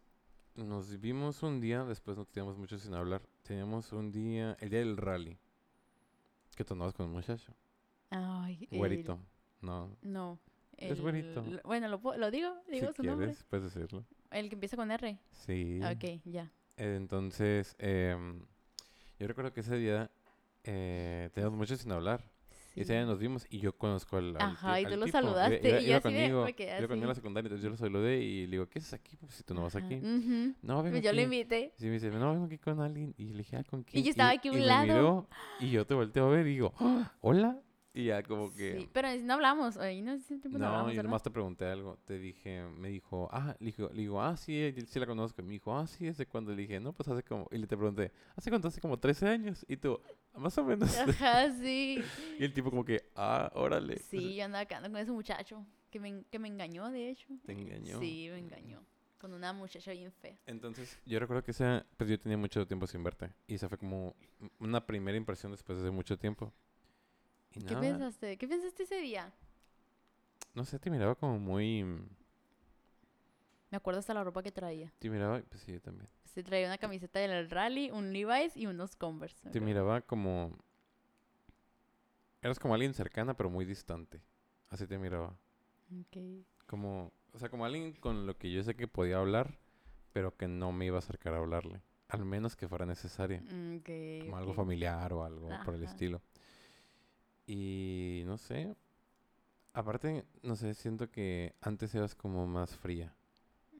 [SPEAKER 1] nos vimos un día, después no teníamos mucho sin hablar. Teníamos un día, el día del rally, que tomabas con un muchacho.
[SPEAKER 2] ay, el-
[SPEAKER 1] Güerito. No.
[SPEAKER 2] no.
[SPEAKER 1] Es
[SPEAKER 2] el-
[SPEAKER 1] güerito.
[SPEAKER 2] lo- bueno, lo, puedo- lo digo, digo
[SPEAKER 1] si
[SPEAKER 2] su nombre.
[SPEAKER 1] quieres, puedes decirlo.
[SPEAKER 2] El que empieza con R.
[SPEAKER 1] Sí.
[SPEAKER 2] Ah, Ok, ya.
[SPEAKER 1] Entonces, em, yo recuerdo que ese día eh, teníamos mucho sin hablar. Y ese
[SPEAKER 2] sí.
[SPEAKER 1] día nos vimos y yo conozco al, al
[SPEAKER 2] Ajá,
[SPEAKER 1] ti-
[SPEAKER 2] y tú
[SPEAKER 1] al
[SPEAKER 2] lo
[SPEAKER 1] tipo. Iba-
[SPEAKER 2] saludaste,
[SPEAKER 1] iba-
[SPEAKER 2] y
[SPEAKER 1] iba
[SPEAKER 2] yo así de- me
[SPEAKER 1] conmigo,
[SPEAKER 2] quedé
[SPEAKER 1] iba conmigo en la
[SPEAKER 2] así.
[SPEAKER 1] secundaria, entonces yo lo saludé y le digo, ¿qué haces aquí? Pues si tú no vas
[SPEAKER 2] Ajá,
[SPEAKER 1] aquí.
[SPEAKER 2] ujú.
[SPEAKER 1] No, vengo
[SPEAKER 2] Pues yo
[SPEAKER 1] aquí".
[SPEAKER 2] lo invité.
[SPEAKER 1] Sí, me dice, no, vengo aquí con alguien. Y le dije, ah, ¿con quién?
[SPEAKER 2] yo estaba aquí a un
[SPEAKER 1] me
[SPEAKER 2] lado.
[SPEAKER 1] miró, y yo te volteo a ver y digo, "Ah, ¿hola? Y ya como que...
[SPEAKER 2] Sí, pero es- no hablamos, ahí no ese tiempo
[SPEAKER 1] No,
[SPEAKER 2] no hablamos,
[SPEAKER 1] yo
[SPEAKER 2] ¿verdad?
[SPEAKER 1] nomás te pregunté algo. Te dije, me dijo, ah, le digo, le digo, ah, sí, eh, sí la conozco. Y me dijo, ah, sí, ¿desde cuándo? Le dije, no, pues hace como, y le te pregunté, ¿hace cuánto? Hace como 13 años. Y tú, "Ah, más o menos.
[SPEAKER 2] Ajá, sí.
[SPEAKER 1] y el tipo como que, ah, órale.
[SPEAKER 2] Sí, yo andaba quedando con ese muchacho que me, en- que me engañó, de hecho.
[SPEAKER 1] Te engañó.
[SPEAKER 2] Sí, me engañó. Con una muchacha bien fea.
[SPEAKER 1] Entonces, yo recuerdo que esa, pues yo tenía mucho tiempo sin verte. Y esa fue como una primera impresión después de mucho tiempo. Y
[SPEAKER 2] ¿Qué
[SPEAKER 1] nada,
[SPEAKER 2] pensaste? ¿Qué pensaste ese día?
[SPEAKER 1] no sé, te miraba como muy,
[SPEAKER 2] Me acuerdo hasta la ropa que traía.
[SPEAKER 1] te miraba, pues sí, yo también.
[SPEAKER 2] Se traía una camiseta del rally, un Levi's y unos Converse. me
[SPEAKER 1] Te
[SPEAKER 2] acuerdo.
[SPEAKER 1] miraba como. Eras como alguien cercana, pero muy distante. Así te miraba.
[SPEAKER 2] Ok.
[SPEAKER 1] Como. O sea, como alguien con lo que yo sé que podía hablar, pero que no me iba a acercar a hablarle. Al menos que fuera necesaria.
[SPEAKER 2] Mm, ok,
[SPEAKER 1] Como algo
[SPEAKER 2] ok.
[SPEAKER 1] familiar o algo por el
[SPEAKER 2] Ajá.
[SPEAKER 1] estilo. Y no sé. Aparte, no sé, siento que antes eras como más fría.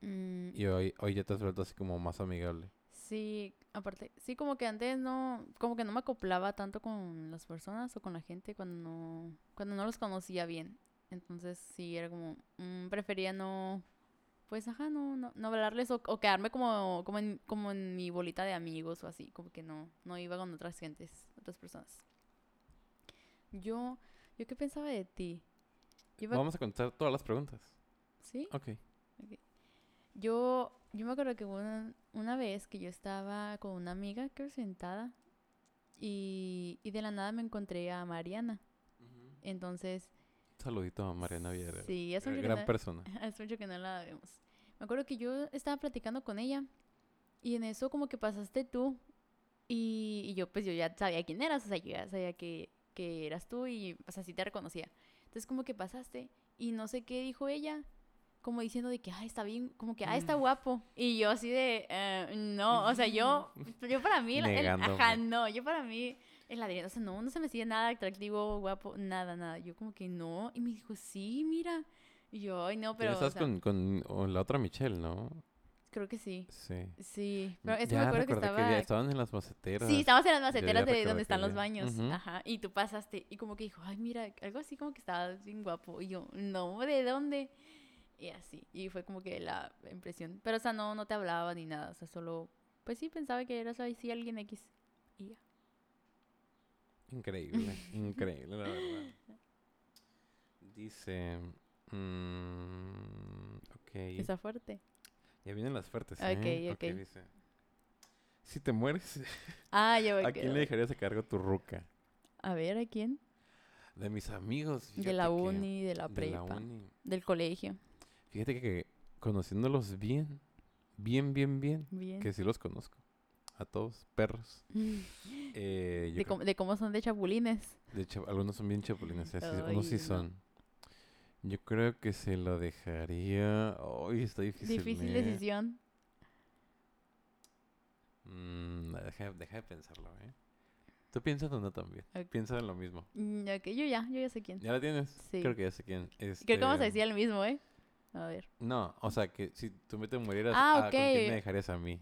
[SPEAKER 2] Mm,
[SPEAKER 1] Y hoy, hoy ya te has vuelto así como más amigable.
[SPEAKER 2] Sí, aparte, sí, como que antes no, como que no me acoplaba tanto con las personas o con la gente cuando no, cuando no los conocía bien. Entonces sí, era como, mm, prefería no, pues ajá, no, no, no hablarles o, o quedarme como, como, en, como en mi bolita de amigos o así, como que no, no iba con otras gentes, otras personas. Yo, yo qué pensaba de ti. Yo me-
[SPEAKER 1] Vamos a contar todas las preguntas.
[SPEAKER 2] ¿Sí?
[SPEAKER 1] Ok.
[SPEAKER 2] Yo, yo me acuerdo que hubo una, una vez que yo estaba con una amiga, creo, sentada, y, y de la nada me encontré a Mariana. Entonces,
[SPEAKER 1] Saludito a Mariana Villarreal.
[SPEAKER 2] sí, hace
[SPEAKER 1] Eh,
[SPEAKER 2] mucho, que
[SPEAKER 1] gran
[SPEAKER 2] no,
[SPEAKER 1] persona.
[SPEAKER 2] hace mucho que no la vemos. Me acuerdo que yo estaba platicando con ella, y en eso como que pasaste tú, y, y yo pues yo ya sabía quién eras, o sea, yo ya sabía que, que eras tú, y o sea, sí te reconocía. Entonces como que pasaste, y no sé qué dijo ella, como diciendo de que, ay, está bien, como que, ay, está
[SPEAKER 1] Mm.
[SPEAKER 2] guapo. Y yo así de, "Eh, no, o sea, yo, yo para mí, el- el- ajá,
[SPEAKER 1] Negándome.
[SPEAKER 2] no, yo para mí, el Adrián, o sea, no, no se me hacía nada atractivo, guapo, nada, nada. Yo como que no, y me dijo, sí, mira. Y yo, ay, no,
[SPEAKER 1] Pero
[SPEAKER 2] pero, o
[SPEAKER 1] estás
[SPEAKER 2] sea,
[SPEAKER 1] con, con o la otra Michelle, ¿no?
[SPEAKER 2] creo que sí.
[SPEAKER 1] Sí.
[SPEAKER 2] Sí, pero es que
[SPEAKER 1] ya
[SPEAKER 2] me acuerdo que
[SPEAKER 1] recordé
[SPEAKER 2] estaba...
[SPEAKER 1] ya estaban en las maceteras.
[SPEAKER 2] Sí, estábamos en las
[SPEAKER 1] ya
[SPEAKER 2] maceteras de
[SPEAKER 1] recordé
[SPEAKER 2] donde están
[SPEAKER 1] aquel
[SPEAKER 2] los
[SPEAKER 1] día.
[SPEAKER 2] baños.
[SPEAKER 1] Ujú.
[SPEAKER 2] Ajá. Y tú pasaste. Y como que dijo, ay, mira, algo así como que estabas bien guapo. Y yo, no, ¿de dónde? Y así. Y fue como que la impresión. Pero, o sea, no, no te hablaba ni nada. O sea, solo, pues sí, pensaba que eras ahí sí alguien X. Y ya.
[SPEAKER 1] Increíble, increíble, la verdad. Dice. mm, ok.
[SPEAKER 2] Está fuerte.
[SPEAKER 1] Ya vienen las fuertes.
[SPEAKER 2] Ok,
[SPEAKER 1] ¿eh?
[SPEAKER 2] ok.
[SPEAKER 1] dice. Si te mueres,
[SPEAKER 2] Ah, yo voy
[SPEAKER 1] ¿a quién le dejarías a cargo tu ruca?
[SPEAKER 2] A ver, ¿a quién?
[SPEAKER 1] De mis amigos.
[SPEAKER 2] de la
[SPEAKER 1] fíjate que-
[SPEAKER 2] uni, de la
[SPEAKER 1] de la
[SPEAKER 2] prepa,
[SPEAKER 1] uni.
[SPEAKER 2] del colegio.
[SPEAKER 1] Fíjate que conociéndolos bien, bien, bien, bien,
[SPEAKER 2] Bien. Mm.
[SPEAKER 1] que sí los conozco. A todos, perros. Eh, yo
[SPEAKER 2] De,
[SPEAKER 1] creo
[SPEAKER 2] cómo- de cómo son de chapulines.
[SPEAKER 1] De hecho, algunos son bien chapulines, así,
[SPEAKER 2] Ay,
[SPEAKER 1] unos sí
[SPEAKER 2] no.
[SPEAKER 1] son. Yo creo que se lo dejaría. Uy, está difícil.
[SPEAKER 2] Difícil
[SPEAKER 1] ¿eh?
[SPEAKER 2] decisión.
[SPEAKER 1] Mm, deja, deja de pensarlo, ¿eh? Tú piensas en una también.
[SPEAKER 2] Ok.
[SPEAKER 1] Piensa en lo mismo.
[SPEAKER 2] Mm, ok, yo ya, yo ya sé quién.
[SPEAKER 1] ¿Ya la tienes?
[SPEAKER 2] Sí.
[SPEAKER 1] Creo que ya sé quién.
[SPEAKER 2] Creo que vamos a
[SPEAKER 1] Este,
[SPEAKER 2] decir el mismo, ¿eh? A ver.
[SPEAKER 1] No, o sea, que si tú me te murieras,
[SPEAKER 2] Ah,
[SPEAKER 1] ¿con quién
[SPEAKER 2] ok.
[SPEAKER 1] me dejarías a mí?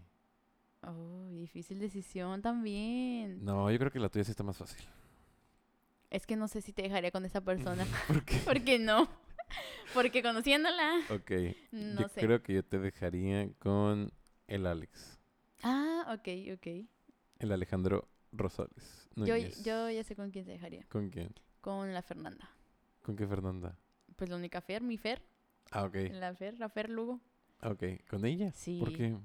[SPEAKER 2] Oh, difícil decisión también.
[SPEAKER 1] No, yo creo que la tuya sí está más fácil.
[SPEAKER 2] Es que no sé si te dejaría con esa persona.
[SPEAKER 1] ¿Por qué?
[SPEAKER 2] ¿Por qué no? Porque conociéndola,
[SPEAKER 1] Ok.
[SPEAKER 2] no
[SPEAKER 1] yo
[SPEAKER 2] sé.
[SPEAKER 1] creo que yo te dejaría con el Alex.
[SPEAKER 2] Ah, ok, ok.
[SPEAKER 1] El Alejandro Rosales.
[SPEAKER 2] Yo,
[SPEAKER 1] Núñez.
[SPEAKER 2] yo ya sé con quién te dejaría.
[SPEAKER 1] ¿Con quién?
[SPEAKER 2] Con la Fernanda.
[SPEAKER 1] ¿Con qué Fernanda?
[SPEAKER 2] Pues la única Fer, mi Fer.
[SPEAKER 1] Ah, ok.
[SPEAKER 2] La Fer, la Fer Lugo.
[SPEAKER 1] Ok. ¿Con ella? ¿Por
[SPEAKER 2] Sí.
[SPEAKER 1] qué?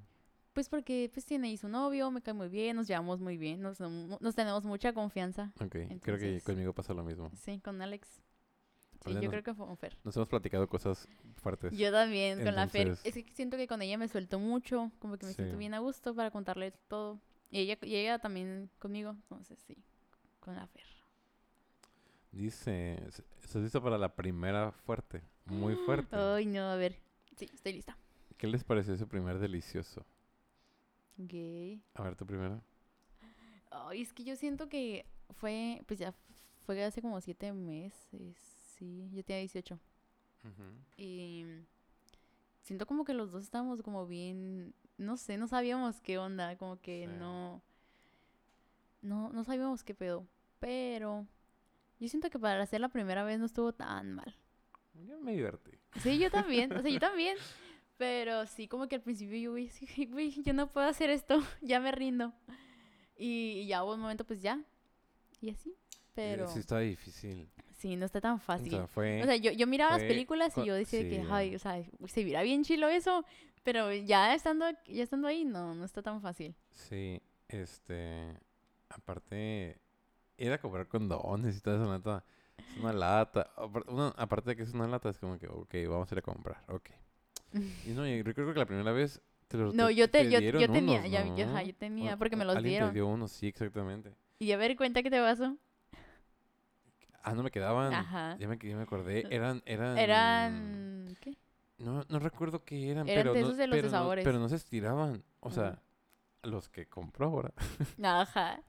[SPEAKER 2] Pues porque pues tiene ahí su novio, me cae muy bien, nos llevamos muy bien, nos, nos tenemos mucha confianza.
[SPEAKER 1] Ok. Creo que
[SPEAKER 2] Entonces-
[SPEAKER 1] conmigo pasa lo mismo.
[SPEAKER 2] Sí, con Alex. Sí,
[SPEAKER 1] Órale,
[SPEAKER 2] yo
[SPEAKER 1] no-
[SPEAKER 2] creo que fue con Fer.
[SPEAKER 1] Nos hemos platicado cosas fuertes.
[SPEAKER 2] Yo también, con la Fer.
[SPEAKER 1] Entonces-
[SPEAKER 2] Es que siento que con ella me suelto mucho, como que me siento
[SPEAKER 1] Sí.
[SPEAKER 2] bien a gusto para contarle todo. Y ella, y ella también conmigo, entonces sí, con la Fer.
[SPEAKER 1] Dice, "Se- ¿estás listo para la primera fuerte? Muy fuerte.
[SPEAKER 2] Mm, Ay, no, a ver. Sí, estoy lista.
[SPEAKER 1] ¿Qué les pareció su primer delicioso?
[SPEAKER 2] Gay.
[SPEAKER 1] A ver, tu primero.
[SPEAKER 2] Ay, es que yo siento que fue, pues ya fue hace como siete meses, sí, yo tenía 18. Y siento como que los dos estábamos como bien, no sé, no sabíamos qué onda, como que
[SPEAKER 1] Sí.
[SPEAKER 2] no, no, no sabíamos qué pedo. Pero yo siento que para ser la primera vez no estuvo tan mal.
[SPEAKER 1] Yo me divertí.
[SPEAKER 2] Sí, yo también, o sea, yo también. Pero sí, como que al principio yo güey, sí, güey, yo no puedo hacer esto, ya me rindo. Y, y ya hubo un momento, pues ya, y así. Pero
[SPEAKER 1] Sí, estaba difícil.
[SPEAKER 2] sí, no está tan
[SPEAKER 1] O
[SPEAKER 2] fácil.
[SPEAKER 1] sea, fue...
[SPEAKER 2] O sea, yo, yo miraba las
[SPEAKER 1] fue
[SPEAKER 2] películas
[SPEAKER 1] co-
[SPEAKER 2] y yo decía que,
[SPEAKER 1] sí.
[SPEAKER 2] ay, o sea, se verá bien chilo eso, pero ya estando, aquí- ya estando ahí, no, no está tan fácil.
[SPEAKER 1] Sí, este... Aparte, era comprar condones y toda esa lata. Es una lata. Apar- una- aparte de que es una lata, es como que, ok, vamos a ir a comprar, ok. Y no, y recuerdo que la primera vez te los
[SPEAKER 2] No,
[SPEAKER 1] te-
[SPEAKER 2] yo, te,
[SPEAKER 1] te
[SPEAKER 2] yo,
[SPEAKER 1] dieron
[SPEAKER 2] yo tenía,
[SPEAKER 1] unos,
[SPEAKER 2] ya, yo, ajá,
[SPEAKER 1] ¿no?
[SPEAKER 2] yo tenía,
[SPEAKER 1] Bueno,
[SPEAKER 2] porque me
[SPEAKER 1] a-
[SPEAKER 2] los
[SPEAKER 1] Alguien te
[SPEAKER 2] dieron.
[SPEAKER 1] dio unos, sí, exactamente.
[SPEAKER 2] Y a ver, cuenta que te pasó.
[SPEAKER 1] Ah, no me quedaban.
[SPEAKER 2] Ajá.
[SPEAKER 1] Ya me, ya me acordé. Eran, eran. mm.
[SPEAKER 2] Eran, ¿qué?
[SPEAKER 1] No, no recuerdo qué eran,
[SPEAKER 2] Eran
[SPEAKER 1] pero.
[SPEAKER 2] de
[SPEAKER 1] no-
[SPEAKER 2] esos de los de
[SPEAKER 1] pero no-
[SPEAKER 2] sabores.
[SPEAKER 1] pero no se estiraban. O
[SPEAKER 2] Ajá.
[SPEAKER 1] sea, los que compró ahora.
[SPEAKER 2] Ajá.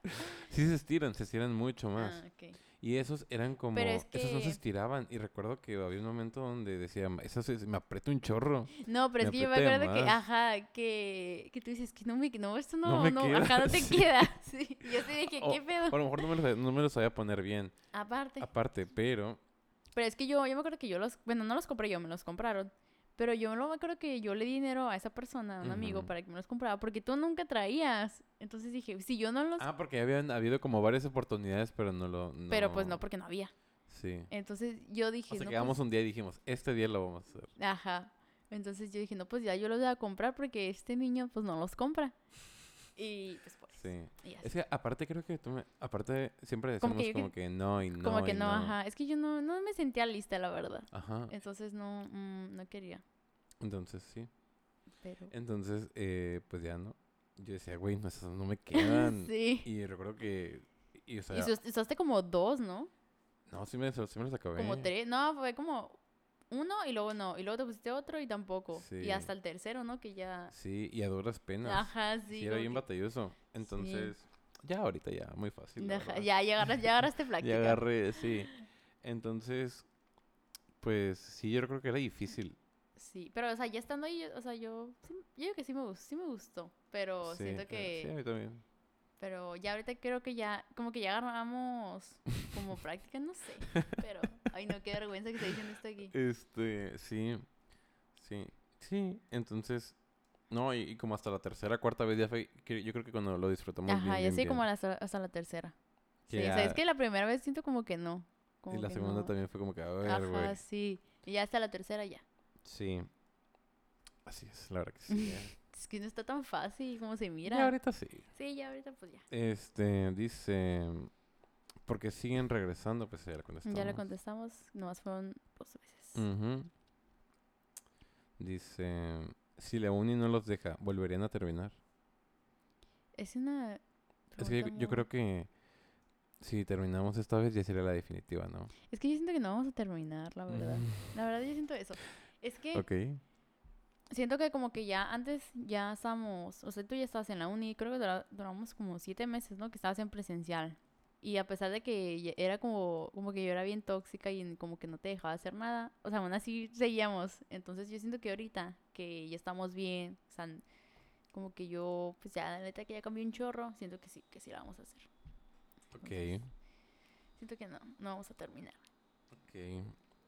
[SPEAKER 1] Sí se estiran, se estiran mucho más.
[SPEAKER 2] Ah, ok.
[SPEAKER 1] Y esos eran como.
[SPEAKER 2] es
[SPEAKER 1] Esos no se
[SPEAKER 2] que-
[SPEAKER 1] estiraban. Y recuerdo que había un momento donde decía, eso se, me aprieta un chorro.
[SPEAKER 2] No, pero
[SPEAKER 1] Me
[SPEAKER 2] es que yo me
[SPEAKER 1] apreté
[SPEAKER 2] acuerdo que,
[SPEAKER 1] más.
[SPEAKER 2] ajá, que, que tú dices que no me, no, esto
[SPEAKER 1] No
[SPEAKER 2] no,
[SPEAKER 1] me
[SPEAKER 2] no,
[SPEAKER 1] queda,
[SPEAKER 2] ajá, no te
[SPEAKER 1] sí. Oh,
[SPEAKER 2] queda. Sí. Y Yo te dije,
[SPEAKER 1] O-
[SPEAKER 2] ¿qué pedo?
[SPEAKER 1] o a lo mejor no me los, no me los sabía poner bien.
[SPEAKER 2] Aparte.
[SPEAKER 1] Aparte, pero.
[SPEAKER 2] Pero es que yo, yo me acuerdo que yo los, bueno, no los compré yo, me los compraron. Pero yo no me acuerdo que yo le di dinero a esa persona, a un amigo,
[SPEAKER 1] Ujú.
[SPEAKER 2] para que me los comprara, porque tú nunca traías. Entonces dije, si yo no los...
[SPEAKER 1] Ah, porque habían habido como varias oportunidades, pero no lo.
[SPEAKER 2] Pero pues no, porque no había.
[SPEAKER 1] Sí.
[SPEAKER 2] Entonces yo
[SPEAKER 1] O
[SPEAKER 2] dije...
[SPEAKER 1] sea,
[SPEAKER 2] no,
[SPEAKER 1] quedamos
[SPEAKER 2] pues-
[SPEAKER 1] un día y dijimos, este día lo vamos a hacer.
[SPEAKER 2] Ajá. Entonces yo dije, no, pues ya yo los voy a comprar porque este niño pues no los compra. Y pues por eso.
[SPEAKER 1] Sí.
[SPEAKER 2] Y así.
[SPEAKER 1] Es que aparte creo que tú me- aparte siempre decimos
[SPEAKER 2] Como
[SPEAKER 1] como
[SPEAKER 2] que
[SPEAKER 1] que,
[SPEAKER 2] yo que-
[SPEAKER 1] no y no. Ah.
[SPEAKER 2] Como que
[SPEAKER 1] y
[SPEAKER 2] no, ajá. Es que yo no, no me sentía lista, la verdad.
[SPEAKER 1] Ajá.
[SPEAKER 2] Entonces no, mm, no quería.
[SPEAKER 1] Entonces sí.
[SPEAKER 2] Pero...
[SPEAKER 1] Entonces, eh, pues ya no. Yo decía, güey, no, esas no me quedan.
[SPEAKER 2] sí.
[SPEAKER 1] Y recuerdo que. Y, o sea,
[SPEAKER 2] Y sus- usaste como dos, ¿no?
[SPEAKER 1] no, sí me, sí me los acabé.
[SPEAKER 2] Como tres, no, fue como uno y luego no, y luego te pusiste otro y tampoco.
[SPEAKER 1] Sí.
[SPEAKER 2] Y hasta el tercero, ¿no? Que ya...
[SPEAKER 1] Sí, y a duras penas.
[SPEAKER 2] Ajá, sí.
[SPEAKER 1] sí, era
[SPEAKER 2] como
[SPEAKER 1] bien
[SPEAKER 2] que-
[SPEAKER 1] batalloso. Entonces, ya ahorita ya, muy fácil. la
[SPEAKER 2] Ajá,
[SPEAKER 1] verdad.
[SPEAKER 2] ya, ya, agarras, ya agarraste
[SPEAKER 1] Y
[SPEAKER 2] práctica.
[SPEAKER 1] agarré, sí. Entonces, pues sí, yo creo que era difícil.
[SPEAKER 2] Sí, pero o sea, ya estando ahí, o sea, yo, sí- yo digo que sí me gustó, sí me gustó, pero
[SPEAKER 1] Sí,
[SPEAKER 2] Oh, siento
[SPEAKER 1] eh, Sí, a
[SPEAKER 2] que,
[SPEAKER 1] mí también.
[SPEAKER 2] pero ya ahorita creo que ya, como que ya agarramos como práctica, no sé, pero, ay no, qué vergüenza que esté diciendo esto aquí.
[SPEAKER 1] Este, sí. Sí. Sí, entonces. No, y, y como hasta la tercera, cuarta vez ya fue. que Yo creo que cuando lo disfrutamos.
[SPEAKER 2] Ajá,
[SPEAKER 1] bien,
[SPEAKER 2] ya
[SPEAKER 1] bien,
[SPEAKER 2] sí, como
[SPEAKER 1] bien.
[SPEAKER 2] hasta, hasta la tercera.
[SPEAKER 1] Que
[SPEAKER 2] Sí, o sea, es
[SPEAKER 1] ya-
[SPEAKER 2] que la primera vez siento como que no. Como
[SPEAKER 1] Y la
[SPEAKER 2] que
[SPEAKER 1] segunda
[SPEAKER 2] no.
[SPEAKER 1] también fue como que, a ver,
[SPEAKER 2] Ajá,
[SPEAKER 1] güey.
[SPEAKER 2] sí. Y ya hasta la tercera ya.
[SPEAKER 1] Sí. Así es, la verdad que sí. ya.
[SPEAKER 2] Es que no está tan fácil como se
[SPEAKER 1] Ya
[SPEAKER 2] mira.
[SPEAKER 1] ahorita sí.
[SPEAKER 2] Sí, ya ahorita pues ya.
[SPEAKER 1] Este, dice. Porque siguen regresando, pues Mm. ya la contestamos.
[SPEAKER 2] Ya le contestamos, nomás fueron dos veces.
[SPEAKER 1] Ujú. Dice. Si la uni no los deja, ¿volverían a terminar?
[SPEAKER 2] Es una...
[SPEAKER 1] Es que yo,
[SPEAKER 2] pregunta
[SPEAKER 1] yo
[SPEAKER 2] muy-
[SPEAKER 1] creo que si terminamos esta vez ya sería la definitiva, ¿no?
[SPEAKER 2] Es que yo siento que no vamos a terminar, la verdad. La verdad yo siento eso. Es que
[SPEAKER 1] Mm. Ok.
[SPEAKER 2] siento que como que ya antes ya estamos, o sea, tú ya estabas en la uni, creo que dura- duramos como siete meses, ¿no? Que estabas en presencial. Y a pesar de que ya- era como, como que yo era bien tóxica y como que no te dejaba hacer nada, o sea, aún así seguíamos. Entonces yo siento que ahorita que ya estamos bien, o sea, como que yo, pues ya, la neta que ya cambié un chorro, siento que sí, que sí la vamos a hacer.
[SPEAKER 1] Ok,
[SPEAKER 2] Siento que no, no vamos a terminar.
[SPEAKER 1] ok.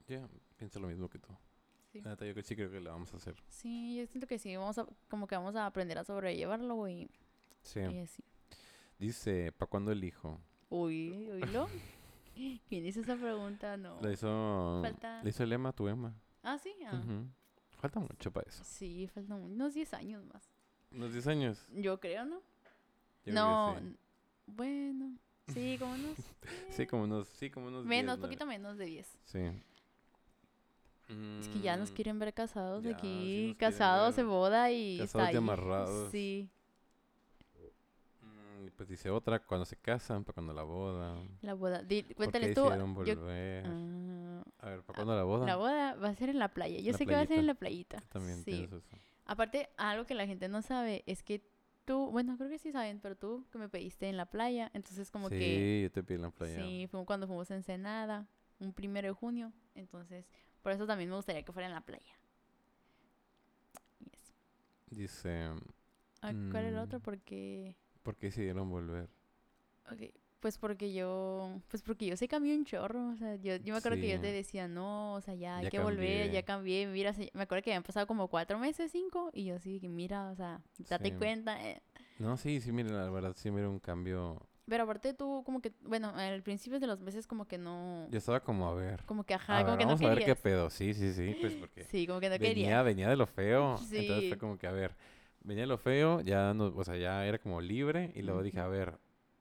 [SPEAKER 1] Ya, pienso lo mismo que tú.
[SPEAKER 2] Sí.
[SPEAKER 1] La neta, yo que sí creo que la vamos a hacer.
[SPEAKER 2] Sí, yo siento que sí, vamos a, como que vamos a aprender a sobrellevarlo y,
[SPEAKER 1] Sí.
[SPEAKER 2] y así.
[SPEAKER 1] Dice, ¿para cuándo el hijo?
[SPEAKER 2] Uy, oílo. ¿Quién hizo esa pregunta? No.
[SPEAKER 1] La hizo...
[SPEAKER 2] Oh. Falta-
[SPEAKER 1] Le hizo el Emma, tu Emma.
[SPEAKER 2] Ah, sí. ah.
[SPEAKER 1] Ujú. Falta mucho para eso.
[SPEAKER 2] Sí, faltan unos 10 años más.
[SPEAKER 1] ¿Unos 10 años?
[SPEAKER 2] Yo creo, ¿no?
[SPEAKER 1] Yo creo que
[SPEAKER 2] no,
[SPEAKER 1] sí.
[SPEAKER 2] n- bueno. Sí, como unos.
[SPEAKER 1] Sí,
[SPEAKER 2] eh,
[SPEAKER 1] como unos... Sí, como unos
[SPEAKER 2] menos,
[SPEAKER 1] 10, nueve.
[SPEAKER 2] poquito menos de 10.
[SPEAKER 1] Sí.
[SPEAKER 2] Es que ya nos
[SPEAKER 1] Mm,
[SPEAKER 2] quieren ver casados de
[SPEAKER 1] ya, sí
[SPEAKER 2] aquí.
[SPEAKER 1] nos quieren
[SPEAKER 2] casados se
[SPEAKER 1] ver
[SPEAKER 2] boda y.
[SPEAKER 1] casados y
[SPEAKER 2] está ahí.
[SPEAKER 1] amarrados.
[SPEAKER 2] Sí.
[SPEAKER 1] mm, Pues dice otra, cuando se casan, para cuando la boda.
[SPEAKER 2] La boda. Di-
[SPEAKER 1] ¿Por qué
[SPEAKER 2] cuéntales tú.
[SPEAKER 1] decidieron
[SPEAKER 2] yo-
[SPEAKER 1] volver?
[SPEAKER 2] Ah,
[SPEAKER 1] A ver, ¿para cuándo la boda?
[SPEAKER 2] la boda va a ser en la playa. Yo
[SPEAKER 1] La
[SPEAKER 2] sé que va a ser en
[SPEAKER 1] playita.
[SPEAKER 2] la playita.
[SPEAKER 1] Yo También
[SPEAKER 2] sí.
[SPEAKER 1] pienso eso.
[SPEAKER 2] Aparte, algo que la gente no sabe es que tú, bueno, creo que sí saben, pero tú que me pediste en la playa, entonces como
[SPEAKER 1] sí,
[SPEAKER 2] que
[SPEAKER 1] yo te pido en la playa.
[SPEAKER 2] Sí, fue cuando fuimos a Ensenada, un primero de junio. Entonces, por eso también me gustaría que fuera en la playa. Y así.
[SPEAKER 1] Dice,
[SPEAKER 2] Ah, ¿Cuál era el otro?
[SPEAKER 1] Mm.
[SPEAKER 2] Porque.
[SPEAKER 1] ¿por qué decidieron volver?
[SPEAKER 2] ok, Pues porque yo. Pues porque yo se cambié un chorro. O sea, yo, yo me acuerdo que yo
[SPEAKER 1] Sí.
[SPEAKER 2] te decía, no, o sea, ya hay
[SPEAKER 1] Ya
[SPEAKER 2] que volver,
[SPEAKER 1] cambié".
[SPEAKER 2] ya cambié. Mira, se- me acuerdo que habían pasado como cuatro meses, cinco. Y yo sí, que mira, o sea, date
[SPEAKER 1] Sí.
[SPEAKER 2] cuenta. eh.
[SPEAKER 1] No, sí, sí, mira, la verdad, sí, mira un cambio.
[SPEAKER 2] Pero aparte tú, como que. Bueno, al principio de los meses, como que no.
[SPEAKER 1] Yo estaba como a ver.
[SPEAKER 2] Como que
[SPEAKER 1] A
[SPEAKER 2] ajá, como
[SPEAKER 1] ver,
[SPEAKER 2] que no
[SPEAKER 1] vamos a ver qué
[SPEAKER 2] querías.
[SPEAKER 1] pedo. Sí, sí, sí, pues porque
[SPEAKER 2] Sí, como que no
[SPEAKER 1] venía,
[SPEAKER 2] querías.
[SPEAKER 1] venía de lo feo. Entonces
[SPEAKER 2] Sí.
[SPEAKER 1] fue como que, a ver, venía lo feo, ya no, o sea, ya era como libre. Y luego dije,
[SPEAKER 2] Ujú.
[SPEAKER 1] a ver,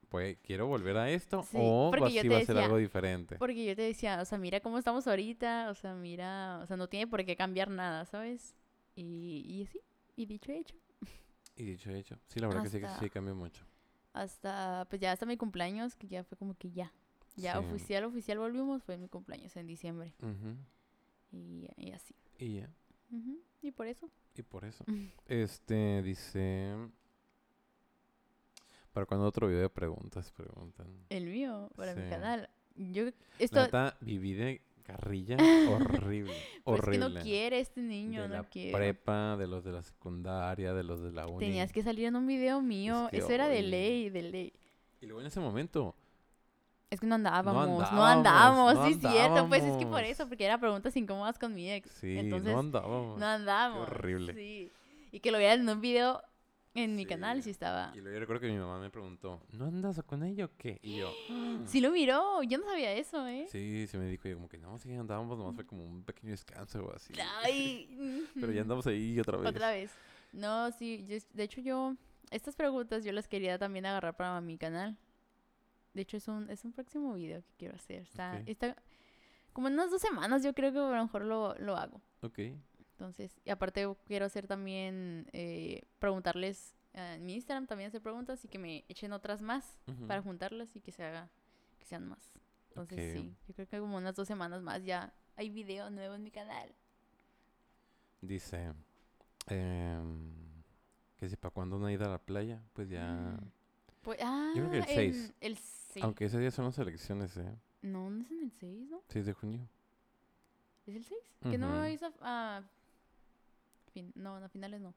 [SPEAKER 1] pues quiero volver a esto
[SPEAKER 2] Sí,
[SPEAKER 1] o
[SPEAKER 2] porque
[SPEAKER 1] va-
[SPEAKER 2] yo
[SPEAKER 1] sí
[SPEAKER 2] te
[SPEAKER 1] va a ser
[SPEAKER 2] decía,
[SPEAKER 1] algo diferente.
[SPEAKER 2] Porque yo te decía, o sea, mira cómo estamos ahorita, o sea, mira, o sea, no tiene por qué cambiar nada, ¿sabes? Y, y así, y dicho y hecho.
[SPEAKER 1] Y dicho y hecho, sí, la verdad que sí, que
[SPEAKER 2] hasta-
[SPEAKER 1] sí cambió mucho.
[SPEAKER 2] Hasta, pues ya hasta mi cumpleaños, que ya fue como que ya, ya
[SPEAKER 1] Sí.
[SPEAKER 2] oficial, oficial volvimos, fue mi cumpleaños en diciembre.
[SPEAKER 1] Ujú.
[SPEAKER 2] Y, y así.
[SPEAKER 1] Y ya,
[SPEAKER 2] Ujú, Y por eso.
[SPEAKER 1] y por eso. Este dice. ¿Para cuando otro video de preguntas? Preguntan.
[SPEAKER 2] El mío, para mi
[SPEAKER 1] Sí.
[SPEAKER 2] canal. Yo,
[SPEAKER 1] La
[SPEAKER 2] esto,
[SPEAKER 1] neta, viví de carrilla horrible.
[SPEAKER 2] pues
[SPEAKER 1] horrible.
[SPEAKER 2] que no quiere este niño,
[SPEAKER 1] de
[SPEAKER 2] no
[SPEAKER 1] la
[SPEAKER 2] quiere.
[SPEAKER 1] prepa, de los de la secundaria, de los de la uni.
[SPEAKER 2] Tenías que salir en un video mío,
[SPEAKER 1] que
[SPEAKER 2] eso era de
[SPEAKER 1] hoy-
[SPEAKER 2] ley, de ley.
[SPEAKER 1] Y luego en ese momento,
[SPEAKER 2] Es que no andábamos, no andábamos,
[SPEAKER 1] andábamos, no
[SPEAKER 2] sí es cierto, pues es que por
[SPEAKER 1] andábamos.
[SPEAKER 2] eso, porque era preguntas incómodas con mi ex.
[SPEAKER 1] sí,
[SPEAKER 2] Entonces,
[SPEAKER 1] no
[SPEAKER 2] no,
[SPEAKER 1] andábamos.
[SPEAKER 2] andábamos.
[SPEAKER 1] horrible.
[SPEAKER 2] Sí. Y que lo vieran en un video en mi canal
[SPEAKER 1] Sí.
[SPEAKER 2] sí estaba.
[SPEAKER 1] Y luego yo recuerdo que mi mamá me preguntó, ¿no andas con ella o qué? Y yo,
[SPEAKER 2] Sí lo miró, yo no sabía eso, ¿eh?
[SPEAKER 1] sí, se me dijo, yo como que no, sí andábamos, nomás fue como un pequeño descanso o así.
[SPEAKER 2] Ay.
[SPEAKER 1] Pero ya
[SPEAKER 2] ujú.
[SPEAKER 1] andamos ahí otra vez.
[SPEAKER 2] Otra vez. No, sí, yo- de hecho yo estas preguntas yo las quería también agarrar para mi canal. De hecho es un es un próximo video que quiero hacer. Está
[SPEAKER 1] Ok.
[SPEAKER 2] está como en unas dos semanas yo creo que a lo mejor lo, lo hago.
[SPEAKER 1] Ok,
[SPEAKER 2] Entonces, y aparte quiero hacer también, eh, preguntarles, eh, en mi Instagram también hacer preguntas y que me echen otras más
[SPEAKER 1] ujú.
[SPEAKER 2] para juntarlas y que se haga, que sean más. Entonces,
[SPEAKER 1] Ok.
[SPEAKER 2] sí, yo creo que como unas dos semanas más ya hay video nuevo en mi canal.
[SPEAKER 1] Dice, em, que si para cuando una ida a la playa, pues ya...
[SPEAKER 2] Mm. Pues, ah,
[SPEAKER 1] creo que el
[SPEAKER 2] en-
[SPEAKER 1] seis.
[SPEAKER 2] El 6.
[SPEAKER 1] Aunque ese día son las elecciones, ¿eh?
[SPEAKER 2] No, no es en el 6, ¿no?
[SPEAKER 1] 6 de junio.
[SPEAKER 2] ¿Es el 6? Que no me
[SPEAKER 1] Ujú.
[SPEAKER 2] vais a... a fin- no, no, finales no.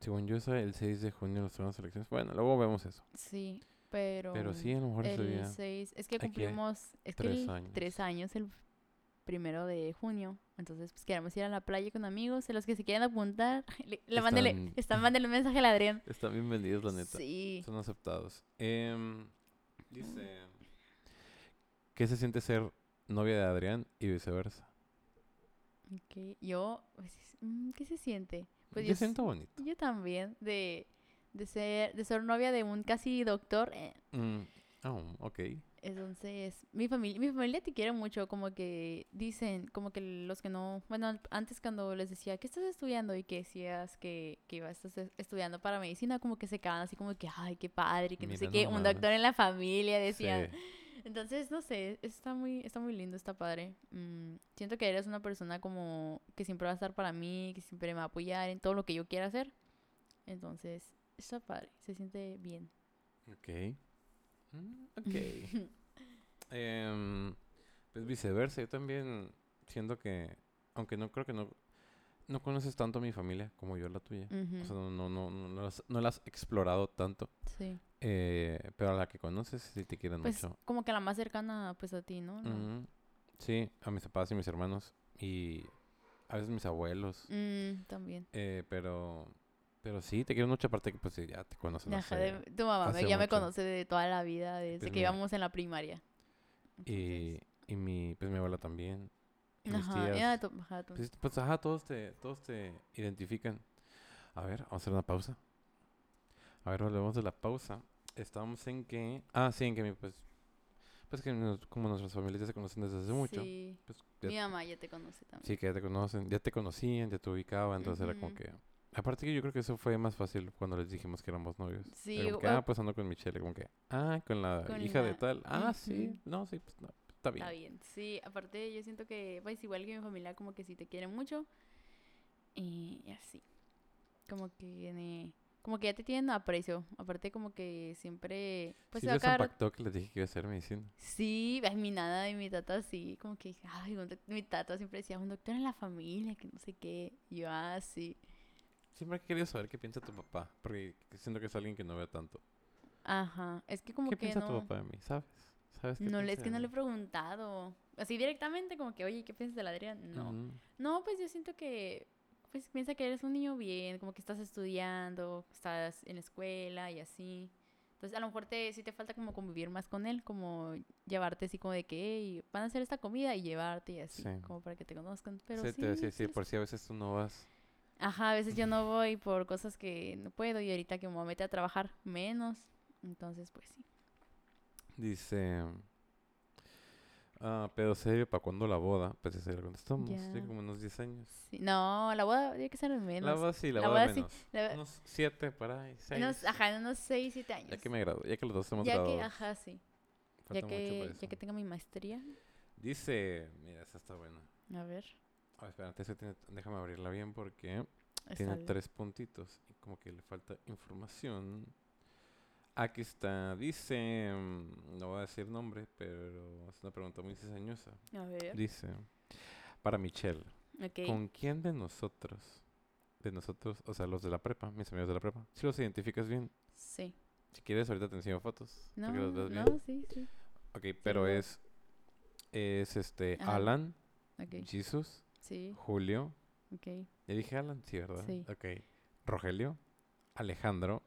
[SPEAKER 1] Según yo, eso el 6 de junio son las elecciones. Bueno, luego vemos eso.
[SPEAKER 2] Sí, pero...
[SPEAKER 1] Pero sí, a lo mejor ese
[SPEAKER 2] El
[SPEAKER 1] día.
[SPEAKER 2] 6, es que
[SPEAKER 1] Aquí hay
[SPEAKER 2] cumplimos es que
[SPEAKER 1] tres
[SPEAKER 2] el
[SPEAKER 1] años.
[SPEAKER 2] tres años el primero de junio. Entonces, pues queremos ir a la playa con amigos. A los que se quieran apuntar, le, le mándele,
[SPEAKER 1] Están-
[SPEAKER 2] están mándele un mensaje a la Adrián.
[SPEAKER 1] Están bienvenidos, la neta.
[SPEAKER 2] Sí.
[SPEAKER 1] Son aceptados. Em, dice: ¿Qué se siente ser novia de Adrián y viceversa?
[SPEAKER 2] Ok, Yo, pues, es- mm, ¿qué se siente? Pues
[SPEAKER 1] yo
[SPEAKER 2] s-
[SPEAKER 1] siento bonito.
[SPEAKER 2] yo también, de, de, ser, de ser novia de un casi doctor. eh,
[SPEAKER 1] Mm, oh, ok.
[SPEAKER 2] Entonces, mi familia, mi familia te quiere mucho, como que dicen, como que los que no, bueno, al- antes cuando les decía, ¿qué estás estudiando? Y que decías que, que ibas a estar estudiando para medicina, como que se quedaban así como que, ay, qué padre, que no sé
[SPEAKER 1] Mira
[SPEAKER 2] qué, un doctor
[SPEAKER 1] nomás.
[SPEAKER 2] en la familia, decían.
[SPEAKER 1] Sí.
[SPEAKER 2] Entonces, no sé, está muy, está muy lindo, está padre. Mm, siento que eres una persona como que siempre va a estar para mí, que siempre me va a apoyar en todo lo que yo quiera hacer. Entonces, está padre, se siente bien.
[SPEAKER 1] Ok. Mm, ok. Em, pues viceversa, yo también siento que, aunque no creo que no, no conoces tanto a mi familia como yo a la tuya.
[SPEAKER 2] Ujú,
[SPEAKER 1] O sea, no, no, no, no, no las- no la has explorado tanto.
[SPEAKER 2] Sí.
[SPEAKER 1] Eh, pero a la que conoces sí te quieren
[SPEAKER 2] Pues
[SPEAKER 1] mucho. Mm.
[SPEAKER 2] como que la más cercana pues a ti, ¿no? La-
[SPEAKER 1] Ujú. Sí, a mis papás y mis hermanos. Y a veces mis abuelos.
[SPEAKER 2] Mm, también.
[SPEAKER 1] Eh, pero, pero sí, te quiero mucho. Aparte que pues sí, ya te conocen.
[SPEAKER 2] Ajá,
[SPEAKER 1] hace-
[SPEAKER 2] de- tu mamá me-
[SPEAKER 1] hace
[SPEAKER 2] ya me
[SPEAKER 1] mucho.
[SPEAKER 2] conoce de toda la vida, desde
[SPEAKER 1] Pues
[SPEAKER 2] que
[SPEAKER 1] mira.
[SPEAKER 2] íbamos en la primaria.
[SPEAKER 1] y,
[SPEAKER 2] Entonces,
[SPEAKER 1] y mi, pues mi abuela también. y mis
[SPEAKER 2] ajá, era de
[SPEAKER 1] tías.
[SPEAKER 2] tu- ajá, tu-
[SPEAKER 1] Pues, pues, ajá, todos te, todos te identifican. A ver, vamos a hacer una pausa. A ver, volvemos de la pausa. Estábamos en que... Ah, sí, en que mi, pues... Pues que nos- como nuestras familias ya se conocen desde hace mucho.
[SPEAKER 2] Sí,
[SPEAKER 1] Pues, ya-
[SPEAKER 2] mi mamá ya te conoce también.
[SPEAKER 1] sí, que ya te conocen, ya te conocían, ya te ubicaban, entonces era como
[SPEAKER 2] Ujú.
[SPEAKER 1] que... Aparte que yo creo que eso fue más fácil cuando les dijimos que éramos novios. Era
[SPEAKER 2] Sí,
[SPEAKER 1] como que,
[SPEAKER 2] o-
[SPEAKER 1] ah, pues ando con Michelle, como que, ah, con la
[SPEAKER 2] Con
[SPEAKER 1] hija de
[SPEAKER 2] la-
[SPEAKER 1] tal. Ah, sí,
[SPEAKER 2] Ujú.
[SPEAKER 1] no, sí, pues no, está bien.
[SPEAKER 2] Está bien, sí, aparte yo siento que, pues igual que mi familia, como que sí te quieren mucho. Y así. Como que, eh, como que ya te tienen aprecio. Aparte como que siempre, pues
[SPEAKER 1] sí
[SPEAKER 2] se va a
[SPEAKER 1] les
[SPEAKER 2] acabar-
[SPEAKER 1] impactó que les dije que iba a hacer medicina.
[SPEAKER 2] Sí, ay, mi nada y mi tata sí, como que, ay, un doc- mi tata siempre decía, un doctor en la familia, que no sé qué. Y Yo, ah, sí.
[SPEAKER 1] Siempre he querido saber qué piensa tu papá, porque siento que es alguien que no veo tanto.
[SPEAKER 2] Ajá, es que como
[SPEAKER 1] ¿Qué
[SPEAKER 2] que
[SPEAKER 1] piensa tu
[SPEAKER 2] no,
[SPEAKER 1] papá de mí? ¿Sabes? ¿Sabes qué
[SPEAKER 2] no le- es
[SPEAKER 1] piensa
[SPEAKER 2] que
[SPEAKER 1] de
[SPEAKER 2] no le he
[SPEAKER 1] mí?
[SPEAKER 2] preguntado. Así directamente como que, oye, ¿qué piensas del Adrián? No.
[SPEAKER 1] Ujú.
[SPEAKER 2] No, pues yo siento que, pues piensa que eres un niño bien, como que estás estudiando, estás en la escuela y así. Entonces, a lo mejor te, sí te falta como convivir más con él, como llevarte así como de que "Ey, van a hacer esta comida y llevarte y así,
[SPEAKER 1] Sí.
[SPEAKER 2] como para que te conozcan. Pero
[SPEAKER 1] Sí,
[SPEAKER 2] sí,
[SPEAKER 1] te voy a decir,
[SPEAKER 2] sí
[SPEAKER 1] sí,
[SPEAKER 2] les-
[SPEAKER 1] por si a veces tú no vas.
[SPEAKER 2] Ajá, a veces yo no voy por cosas que no puedo y ahorita que me voy a meter a trabajar menos. Entonces, pues sí.
[SPEAKER 1] Dice. Ah, pero serio, ¿para cuándo la boda? Pues ese le contestamos.
[SPEAKER 2] Ya.
[SPEAKER 1] Ya como unos 10 años.
[SPEAKER 2] Sí, No, la boda tiene que ser en menos.
[SPEAKER 1] La boda sí, la,
[SPEAKER 2] La
[SPEAKER 1] boda,
[SPEAKER 2] boda sí,
[SPEAKER 1] menos.
[SPEAKER 2] La-
[SPEAKER 1] Unos 7 para ahí, 6.
[SPEAKER 2] unos- ajá, en unos 6, 7 años.
[SPEAKER 1] Ya que me gradué, ya que los dos hemos
[SPEAKER 2] ya
[SPEAKER 1] graduado.
[SPEAKER 2] que, ajá, sí. Ya que, ya que tenga mi maestría.
[SPEAKER 1] Dice. Mira, esa está buena.
[SPEAKER 2] A ver.
[SPEAKER 1] Ah, espérate, esa tiene- déjame abrirla bien porque. Tiene
[SPEAKER 2] sale.
[SPEAKER 1] tres puntitos y como que le falta información. Aquí está, dice, mm, no voy a decir nombre, pero es una pregunta muy diseñosa.
[SPEAKER 2] A ver.
[SPEAKER 1] Dice, para Michelle,
[SPEAKER 2] Ok.
[SPEAKER 1] ¿con quién de nosotros, de nosotros, o sea, los de la prepa, mis amigos de la prepa, si los identificas bien?
[SPEAKER 2] Sí.
[SPEAKER 1] Si quieres, ahorita te enseño fotos. para
[SPEAKER 2] No,
[SPEAKER 1] que los veas bien.
[SPEAKER 2] no, sí, sí.
[SPEAKER 1] Ok, pero
[SPEAKER 2] no.
[SPEAKER 1] es, es este,
[SPEAKER 2] Ajá.
[SPEAKER 1] Alan,
[SPEAKER 2] Ok.
[SPEAKER 1] Jesus,
[SPEAKER 2] Sí,
[SPEAKER 1] Julio,
[SPEAKER 2] ok.
[SPEAKER 1] Ya dije Alan, sí, ¿verdad?
[SPEAKER 2] Sí.
[SPEAKER 1] Ok. Rogelio, Alejandro,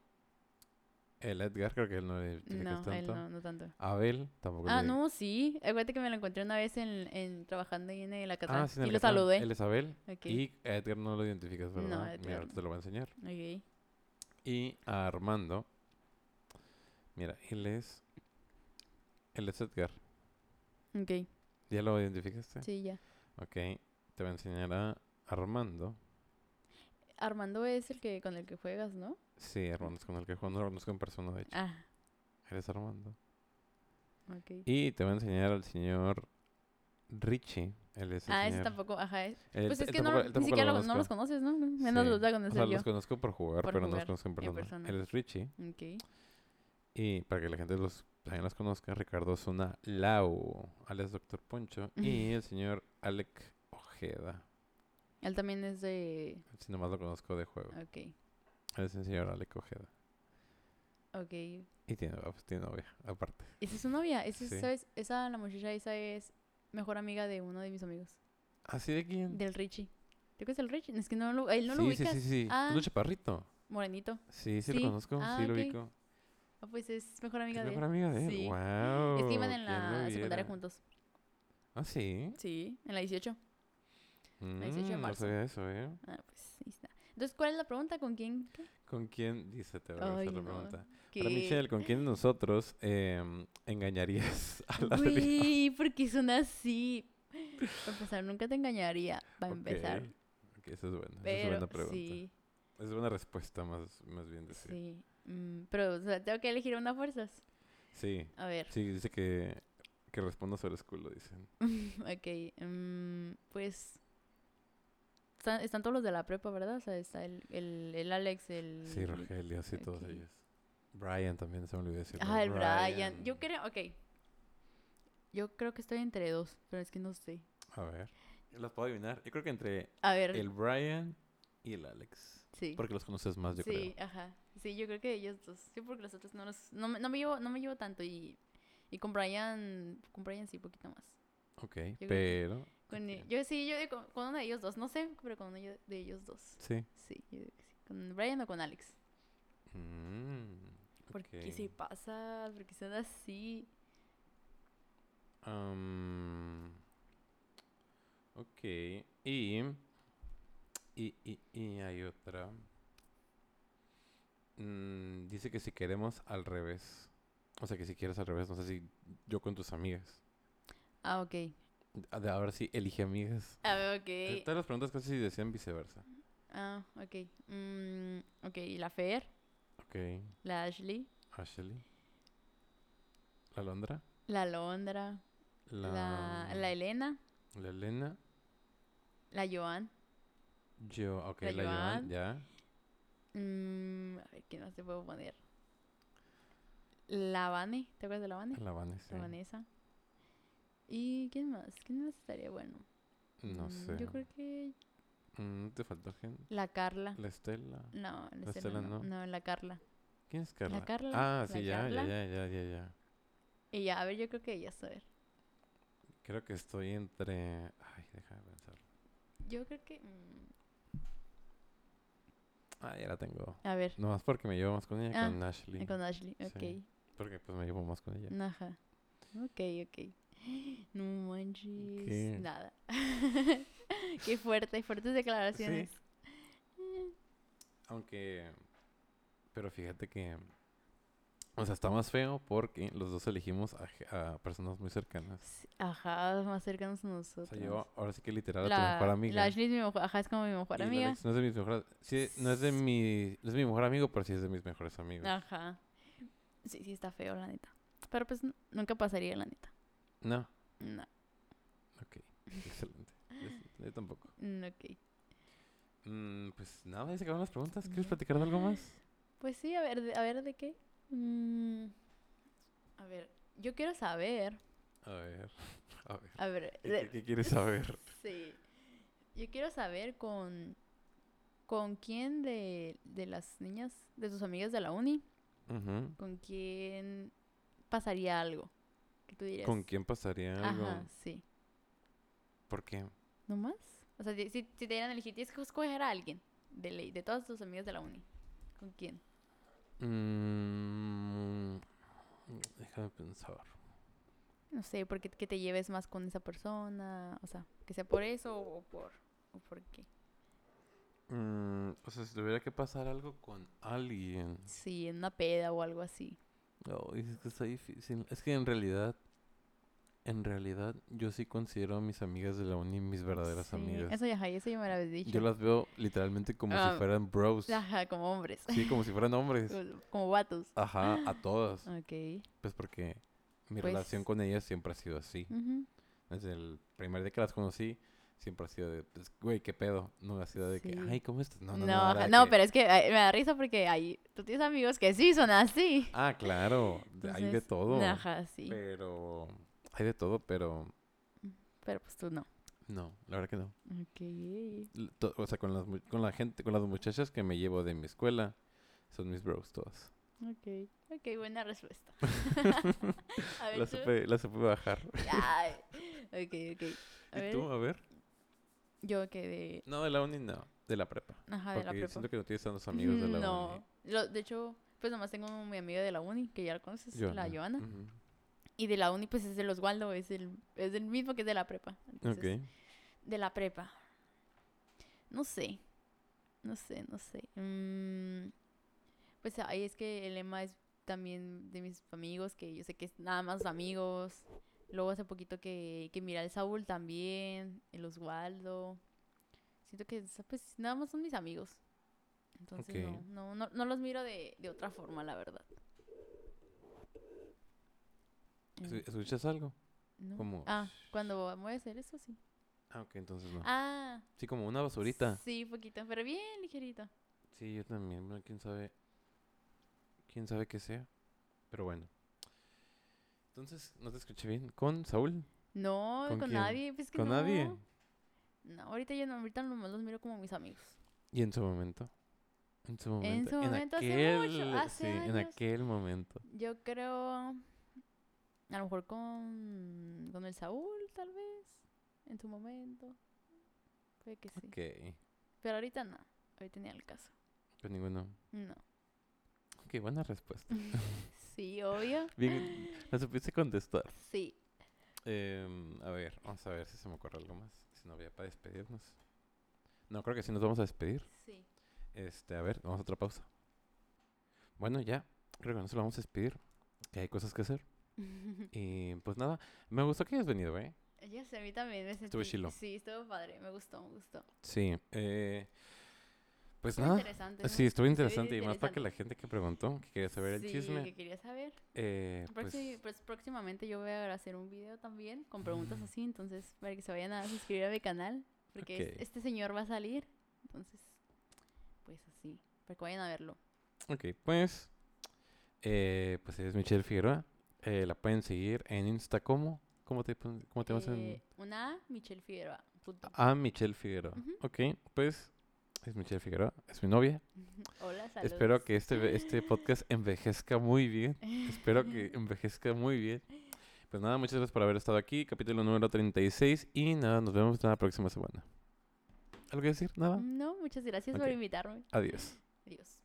[SPEAKER 1] el Edgar, creo que él no le identificas
[SPEAKER 2] No, él
[SPEAKER 1] tanto.
[SPEAKER 2] no, no tanto.
[SPEAKER 1] Abel, tampoco
[SPEAKER 2] Ah,
[SPEAKER 1] le-
[SPEAKER 2] no, sí. Acuérdate que me lo encontré una vez en, en trabajando ahí en el Acatán.
[SPEAKER 1] Ah, sí, en
[SPEAKER 2] y
[SPEAKER 1] el
[SPEAKER 2] lo
[SPEAKER 1] Catán.
[SPEAKER 2] saludé.
[SPEAKER 1] Él es Abel.
[SPEAKER 2] Ok.
[SPEAKER 1] Y a Edgar no lo identificas,
[SPEAKER 2] No,
[SPEAKER 1] ¿verdad? Mira,
[SPEAKER 2] Edgar
[SPEAKER 1] ahorita
[SPEAKER 2] no.
[SPEAKER 1] te lo voy a enseñar.
[SPEAKER 2] Ok.
[SPEAKER 1] Y a Armando. Mira, él es. Él es Edgar.
[SPEAKER 2] Ok.
[SPEAKER 1] ¿Ya lo identificaste?
[SPEAKER 2] Sí, ya.
[SPEAKER 1] Ok. Te voy a enseñar a Armando.
[SPEAKER 2] Armando es el que con el que juegas, ¿no?
[SPEAKER 1] Sí, Armando es con el que juego. No lo conozco en persona, de hecho.
[SPEAKER 2] Ah,
[SPEAKER 1] Eres Armando.
[SPEAKER 2] ok.
[SPEAKER 1] Y te voy a enseñar al señor Richie. Él es el
[SPEAKER 2] Ah, ese
[SPEAKER 1] señor-
[SPEAKER 2] tampoco, ajá. es-
[SPEAKER 1] él-
[SPEAKER 2] Pues es
[SPEAKER 1] él
[SPEAKER 2] que no,
[SPEAKER 1] tampoco- él
[SPEAKER 2] ni
[SPEAKER 1] tampoco
[SPEAKER 2] siquiera lo- no
[SPEAKER 1] conozco.
[SPEAKER 2] los conoces, ¿no? Menos
[SPEAKER 1] Sí.
[SPEAKER 2] los voy a
[SPEAKER 1] O
[SPEAKER 2] conocer
[SPEAKER 1] sea,
[SPEAKER 2] yo.
[SPEAKER 1] los conozco por jugar,
[SPEAKER 2] Por
[SPEAKER 1] pero no los
[SPEAKER 2] jugar
[SPEAKER 1] conozco en persona.
[SPEAKER 2] persona.
[SPEAKER 1] Él es Richie.
[SPEAKER 2] Ok.
[SPEAKER 1] Y para que la gente los, también los conozca, Ricardo Zuna Lau, alias Doctor Poncho. Y el señor Alec Ojeda.
[SPEAKER 2] Él también es de...
[SPEAKER 1] Si nomás lo conozco de juego.
[SPEAKER 2] Ok.
[SPEAKER 1] Él es el señor Alec Ojeda.
[SPEAKER 2] Ok.
[SPEAKER 1] Y tiene, ah, pues, tiene novia, aparte.
[SPEAKER 2] Esa es su novia. Esa, es-
[SPEAKER 1] Sí.
[SPEAKER 2] ¿sabes? esa, la muchacha esa es mejor amiga de uno de mis amigos.
[SPEAKER 1] ¿Así ¿Ah, de quién?
[SPEAKER 2] Del Richie. ¿Tú que es el Richie? Es que no lo, él no
[SPEAKER 1] sí,
[SPEAKER 2] lo
[SPEAKER 1] sí,
[SPEAKER 2] ubicas.
[SPEAKER 1] sí, sí.
[SPEAKER 2] Ah.
[SPEAKER 1] ¿Uno chaparrito?
[SPEAKER 2] Morenito.
[SPEAKER 1] Sí, sí,
[SPEAKER 2] Sí.
[SPEAKER 1] lo conozco.
[SPEAKER 2] Ah,
[SPEAKER 1] sí, lo
[SPEAKER 2] ok.
[SPEAKER 1] ubico.
[SPEAKER 2] Ah, pues es mejor
[SPEAKER 1] Es
[SPEAKER 2] amiga de él.
[SPEAKER 1] mejor amiga de él.
[SPEAKER 2] Sí.
[SPEAKER 1] Wow.
[SPEAKER 2] es que iban en
[SPEAKER 1] ¿quién lo
[SPEAKER 2] la secundaria
[SPEAKER 1] viera?
[SPEAKER 2] juntos.
[SPEAKER 1] Ah, sí.
[SPEAKER 2] Sí, en la 18.
[SPEAKER 1] Me
[SPEAKER 2] 18 de
[SPEAKER 1] No
[SPEAKER 2] marzo.
[SPEAKER 1] sabía eso, ¿eh?
[SPEAKER 2] Ah, pues ahí está. Entonces, ¿cuál es la pregunta? ¿Con quién? ¿Qué?
[SPEAKER 1] ¿Con quién? Dice, te voy a
[SPEAKER 2] Ay,
[SPEAKER 1] hacer la
[SPEAKER 2] no.
[SPEAKER 1] pregunta.
[SPEAKER 2] ¿Qué?
[SPEAKER 1] Para Michelle, ¿con quién de nosotros em, engañarías a la
[SPEAKER 2] Güey, ¿por qué son así? Para empezar, nunca te engañaría. Para empezar.
[SPEAKER 1] Ok, eso es bueno. Esa es
[SPEAKER 2] Pero,
[SPEAKER 1] buena pregunta.
[SPEAKER 2] sí,
[SPEAKER 1] Es buena respuesta, más, más bien decir. Sí.
[SPEAKER 2] sí. Mm, pero, o sea, tengo que elegir una fuerzas.
[SPEAKER 1] sí.
[SPEAKER 2] A ver.
[SPEAKER 1] dice que, que responda sobre escudo, dicen.
[SPEAKER 2] Ok, mm, pues están, están todos los de la prepa, ¿verdad? O sea, está el, el, el Alex, el...
[SPEAKER 1] Sí, Rogelio, sí, todos
[SPEAKER 2] Mm, ok.
[SPEAKER 1] ellos. Brian también, se me olvidó decirlo.
[SPEAKER 2] Ah, el Brian. Yo creo, ok. Yo creo que estoy entre dos, pero es que no sé.
[SPEAKER 1] A ver. Las puedo adivinar. Yo creo que entre
[SPEAKER 2] A ver,
[SPEAKER 1] el Brian y el Alex.
[SPEAKER 2] sí.
[SPEAKER 1] Porque los conoces más, yo
[SPEAKER 2] sí,
[SPEAKER 1] creo.
[SPEAKER 2] ajá. Sí, yo creo que ellos dos. Sí, porque los otros no los... No, me- no me, llevo, no me llevo tanto y... Y con Brian... Con Brian sí, poquito más.
[SPEAKER 1] Ok,
[SPEAKER 2] que-
[SPEAKER 1] pero...
[SPEAKER 2] Con, e-
[SPEAKER 1] Ok.
[SPEAKER 2] Yo sí, yo de- con, con uno de ellos dos. No sé, pero con uno de de ellos dos.
[SPEAKER 1] Sí.
[SPEAKER 2] Sí, yo digo que sí. Con Brian o con Alex.
[SPEAKER 1] Mm,
[SPEAKER 2] Porque
[SPEAKER 1] ok.
[SPEAKER 2] si pasas, porque son así.
[SPEAKER 1] Am, ok, y, y, y, y hay otra. Mm, dice que si queremos al revés. O sea, que si quieres al revés, no sé si yo con tus amigas.
[SPEAKER 2] Ah, ok.
[SPEAKER 1] A de- a ver si elige amigas.
[SPEAKER 2] A ver,
[SPEAKER 1] Eh,
[SPEAKER 2] Ah, ok.
[SPEAKER 1] Todas las preguntas casi decían viceversa.
[SPEAKER 2] Ah, ok. Mm, ok, ¿y la Fer,
[SPEAKER 1] Ok,
[SPEAKER 2] la Ashley,
[SPEAKER 1] Ashley. La Londra.
[SPEAKER 2] la Londra, la, la, Elena,
[SPEAKER 1] la Elena.
[SPEAKER 2] la Joan.
[SPEAKER 1] Yo, ok,
[SPEAKER 2] La
[SPEAKER 1] la, Joan,
[SPEAKER 2] Joan.
[SPEAKER 1] ya.
[SPEAKER 2] Mm, a ver, ¿qué más te puedo poner? La Vane, ¿te acuerdas de la Vane?
[SPEAKER 1] La Vanessa.
[SPEAKER 2] La Vanessa. ¿Y quién más? ¿Quién más estaría bueno?
[SPEAKER 1] No
[SPEAKER 2] Mm,
[SPEAKER 1] sé.
[SPEAKER 2] Yo creo que
[SPEAKER 1] Mm, te faltó gente.
[SPEAKER 2] la Carla.
[SPEAKER 1] La Estela.
[SPEAKER 2] No, la
[SPEAKER 1] la
[SPEAKER 2] Estela
[SPEAKER 1] Estela
[SPEAKER 2] no.
[SPEAKER 1] no.
[SPEAKER 2] No, la Carla.
[SPEAKER 1] ¿Quién es Carla?
[SPEAKER 2] Carla,
[SPEAKER 1] Ah,
[SPEAKER 2] la
[SPEAKER 1] sí, ya, ya,
[SPEAKER 2] Carla.
[SPEAKER 1] ya, ya, ya, ya.
[SPEAKER 2] Y ya, a ver, yo creo que ellas, a ver.
[SPEAKER 1] Creo que estoy entre. Ay, déjame pensar.
[SPEAKER 2] Yo creo que. mm,
[SPEAKER 1] Ah, ya la tengo.
[SPEAKER 2] a ver,
[SPEAKER 1] Nomás porque me llevo más con ella,
[SPEAKER 2] Ah,
[SPEAKER 1] con Ashley.
[SPEAKER 2] con Mm. Ashley,
[SPEAKER 1] Sí.
[SPEAKER 2] ok.
[SPEAKER 1] Porque pues me llevo más con ella.
[SPEAKER 2] Ajá. Ok, ok. No manches.
[SPEAKER 1] ¿Qué?
[SPEAKER 2] Nada. Qué fuerte, fuertes declaraciones.
[SPEAKER 1] Aunque. Pero fíjate que. O sea, está más feo porque los dos elegimos a, ge- a personas muy cercanas.
[SPEAKER 2] Sí, Ajá, más cercanos a
[SPEAKER 1] O
[SPEAKER 2] nosotros.
[SPEAKER 1] sea, yo ahora sí que literal a tu
[SPEAKER 2] la,
[SPEAKER 1] mejor amiga.
[SPEAKER 2] la Ashley es mi mejor, ajá, es como mi mejor
[SPEAKER 1] y la
[SPEAKER 2] amiga.
[SPEAKER 1] Alex no es de mis mejores. Sí, no es de mi. No es mi mejor amigo, pero sí es de mis mejores amigos.
[SPEAKER 2] Ajá. Sí, sí, está feo, la neta. Pero pues n- nunca pasaría, la neta.
[SPEAKER 1] No.
[SPEAKER 2] No,
[SPEAKER 1] Ok. Excelente. Yo- yo tampoco.
[SPEAKER 2] mm, ok.
[SPEAKER 1] Mm, pues nada, ya se acabaron las preguntas. ¿Quieres platicar de algo más?
[SPEAKER 2] Pues sí, a ver, de- a ver de qué. Mm, a ver, yo quiero saber.
[SPEAKER 1] A ver. A ver.
[SPEAKER 2] A ver,
[SPEAKER 1] ¿Qué,
[SPEAKER 2] de-
[SPEAKER 1] qué- qué quieres saber?
[SPEAKER 2] Sí. Yo quiero saber con con quién de, de las niñas, de tus amigas de la uni,
[SPEAKER 1] Ujú.
[SPEAKER 2] con quién pasaría algo. Que tú dirías.
[SPEAKER 1] ¿Con quién pasaría algo?
[SPEAKER 2] Ajá, sí.
[SPEAKER 1] ¿Por qué?
[SPEAKER 2] ¿No más? O sea, si, si te dieran a elegir, tienes que escoger a alguien de ley, de todas tus amigas de la uni. ¿Con quién?
[SPEAKER 1] Mm, déjame pensar.
[SPEAKER 2] No sé, porque que te lleves más con esa persona, o sea, que sea por eso o por o por qué.
[SPEAKER 1] Mm, o sea, si tuviera que pasar algo con alguien.
[SPEAKER 2] Sí, en una peda o algo así.
[SPEAKER 1] Oh, es que está difícil. Es que en realidad. En realidad, yo sí considero a mis amigas de la uni mis verdaderas
[SPEAKER 2] Sí,
[SPEAKER 1] amigas.
[SPEAKER 2] Eso ya, ajá, eso ya me lo habías dicho.
[SPEAKER 1] Yo las veo literalmente como
[SPEAKER 2] Ah,
[SPEAKER 1] si fueran bros.
[SPEAKER 2] Ajá, como hombres.
[SPEAKER 1] Sí, como si fueran hombres.
[SPEAKER 2] Como- Como vatos.
[SPEAKER 1] Ajá, a todas.
[SPEAKER 2] Ok.
[SPEAKER 1] Pues porque mi
[SPEAKER 2] Pues-
[SPEAKER 1] relación con ellas siempre ha sido así.
[SPEAKER 2] Ujú.
[SPEAKER 1] Desde el primer día que las conocí, siempre ha sido de, pues, güey, qué pedo. No ha sido de que,
[SPEAKER 2] Sí.
[SPEAKER 1] ay, ¿cómo estás? No,
[SPEAKER 2] No,
[SPEAKER 1] no, no.
[SPEAKER 2] ajá,
[SPEAKER 1] era de
[SPEAKER 2] no,
[SPEAKER 1] que,
[SPEAKER 2] pero es que ay, me da risa porque hay, tú tienes amigos que sí son así.
[SPEAKER 1] Ah, claro, de- hay de
[SPEAKER 2] Entonces,
[SPEAKER 1] todo.
[SPEAKER 2] Ajá, sí.
[SPEAKER 1] Pero. Hay de todo, pero.
[SPEAKER 2] Pero pues tú no.
[SPEAKER 1] No, la verdad que no.
[SPEAKER 2] Ok.
[SPEAKER 1] L- to- O sea, con, las, mu- con la gente, con las muchachas que me llevo de mi escuela, son mis bros todas.
[SPEAKER 2] Ok. Ok, buena respuesta. A ver,
[SPEAKER 1] La
[SPEAKER 2] tú.
[SPEAKER 1] supe, la supe bajar.
[SPEAKER 2] Ay. Ok, ok. A
[SPEAKER 1] ¿Y
[SPEAKER 2] ver,
[SPEAKER 1] tú? A ver.
[SPEAKER 2] yo quedé.
[SPEAKER 1] No, de la uni no, de la prepa.
[SPEAKER 2] Ajá, Ah, de
[SPEAKER 1] Porque
[SPEAKER 2] la prepa.
[SPEAKER 1] siento que no tienes tantos amigos de la
[SPEAKER 2] no.
[SPEAKER 1] uni.
[SPEAKER 2] Lo- de hecho, pues nomás tengo mi amiga de la uni, que ya la conoces, la Joana.
[SPEAKER 1] Ujú.
[SPEAKER 2] Y de la uni, pues es el Oswaldo, es el, es el mismo que es de la prepa. Entonces,
[SPEAKER 1] Ok.
[SPEAKER 2] De la prepa. No sé. No sé, no sé. Mm, pues ahí es que el lema es también de mis amigos, que yo sé que es nada más amigos. Luego hace poquito que, que mira el Saúl también, el Oswaldo. Siento que es- pues nada más son mis amigos. Entonces
[SPEAKER 1] Ok.
[SPEAKER 2] no, no, no, no los miro de, de otra forma, la verdad.
[SPEAKER 1] Escu-
[SPEAKER 2] Eh,
[SPEAKER 1] ¿Escuchas algo?
[SPEAKER 2] no.
[SPEAKER 1] como-
[SPEAKER 2] Ah, cuando mueves el eso sí.
[SPEAKER 1] Ah, ok, entonces no.
[SPEAKER 2] Ah.
[SPEAKER 1] Sí, como una basurita.
[SPEAKER 2] Sí, poquito, pero bien ligerito.
[SPEAKER 1] Sí, yo también. Bueno, quién sabe. Quién sabe qué sea. Pero bueno. Entonces, no te escuché bien. ¿Con Saúl?
[SPEAKER 2] No,
[SPEAKER 1] ¿Con
[SPEAKER 2] con,
[SPEAKER 1] quién?
[SPEAKER 2] nadie, pues que
[SPEAKER 1] ¿Con nadie?
[SPEAKER 2] no. No, ahorita yo no, ahorita nomás los miro como mis amigos.
[SPEAKER 1] Y en su momento. En su momento.
[SPEAKER 2] su momento, hace mucho, hace
[SPEAKER 1] sí, en
[SPEAKER 2] años.
[SPEAKER 1] aquel momento.
[SPEAKER 2] Yo creo. A lo mejor con. Con el Saúl, tal vez. En su momento. Puede que sí.
[SPEAKER 1] Ok.
[SPEAKER 2] Pero ahorita no. Ahorita ni al caso.
[SPEAKER 1] Pues ninguno.
[SPEAKER 2] No.
[SPEAKER 1] Ok, buena respuesta.
[SPEAKER 2] Sí, obvio.
[SPEAKER 1] Bien, la supiste contestar.
[SPEAKER 2] Sí.
[SPEAKER 1] Em, a ver, vamos a ver si se me ocurre algo más. Si no, ya para despedirnos. No, creo que sí nos vamos a despedir.
[SPEAKER 2] Sí.
[SPEAKER 1] Este, a ver, vamos a otra pausa. Bueno, ya. Creo que no se lo vamos a despedir. Que hay cosas que hacer. Y pues nada, me gustó que hayas venido, ¿eh?
[SPEAKER 2] ya sé, a mí también me
[SPEAKER 1] Estuvo
[SPEAKER 2] sentí-
[SPEAKER 1] chilo. ¿Ah?
[SPEAKER 2] Sí, estuvo padre. Me gustó, me gustó.
[SPEAKER 1] Sí. Eh, pues
[SPEAKER 2] Estuvo
[SPEAKER 1] nada.
[SPEAKER 2] interesante. ¿no?
[SPEAKER 1] Sí, estuvo
[SPEAKER 2] bien
[SPEAKER 1] interesante. Y más para que
[SPEAKER 2] interesante.
[SPEAKER 1] la gente que preguntó, que quería saber el
[SPEAKER 2] Sí,
[SPEAKER 1] chisme.
[SPEAKER 2] que quería saber.
[SPEAKER 1] eh, pues,
[SPEAKER 2] Próxi- pues, próximamente yo voy a hacer un video también con
[SPEAKER 1] Mm.
[SPEAKER 2] preguntas así, entonces para que se vayan a suscribir a mi canal, porque es-
[SPEAKER 1] Ok.
[SPEAKER 2] este señor va a salir, entonces, pues así, para que vayan a verlo.
[SPEAKER 1] Ok, pues. eh, pues es Michelle Figueroa. Eh, la pueden seguir en Insta como. ¿Cómo te, pon- cómo te vas Ah. en.?
[SPEAKER 2] Eh, Una A, Michelle Figueroa. punto.
[SPEAKER 1] A Michelle Figueroa.
[SPEAKER 2] Ujú.
[SPEAKER 1] Ok, pues. Es Michelle Figueroa, es mi novia.
[SPEAKER 2] Hola, saludos.
[SPEAKER 1] Espero que este, ve- este podcast envejezca muy bien. Espero que envejezca muy bien. Pues nada, muchas gracias por haber estado aquí. Capítulo número 36. Y nada, nos vemos la próxima semana. ¿Algo que decir? Nada.
[SPEAKER 2] Mm. No, muchas gracias por
[SPEAKER 1] Ok.
[SPEAKER 2] invitarme.
[SPEAKER 1] Adiós.
[SPEAKER 2] Adiós.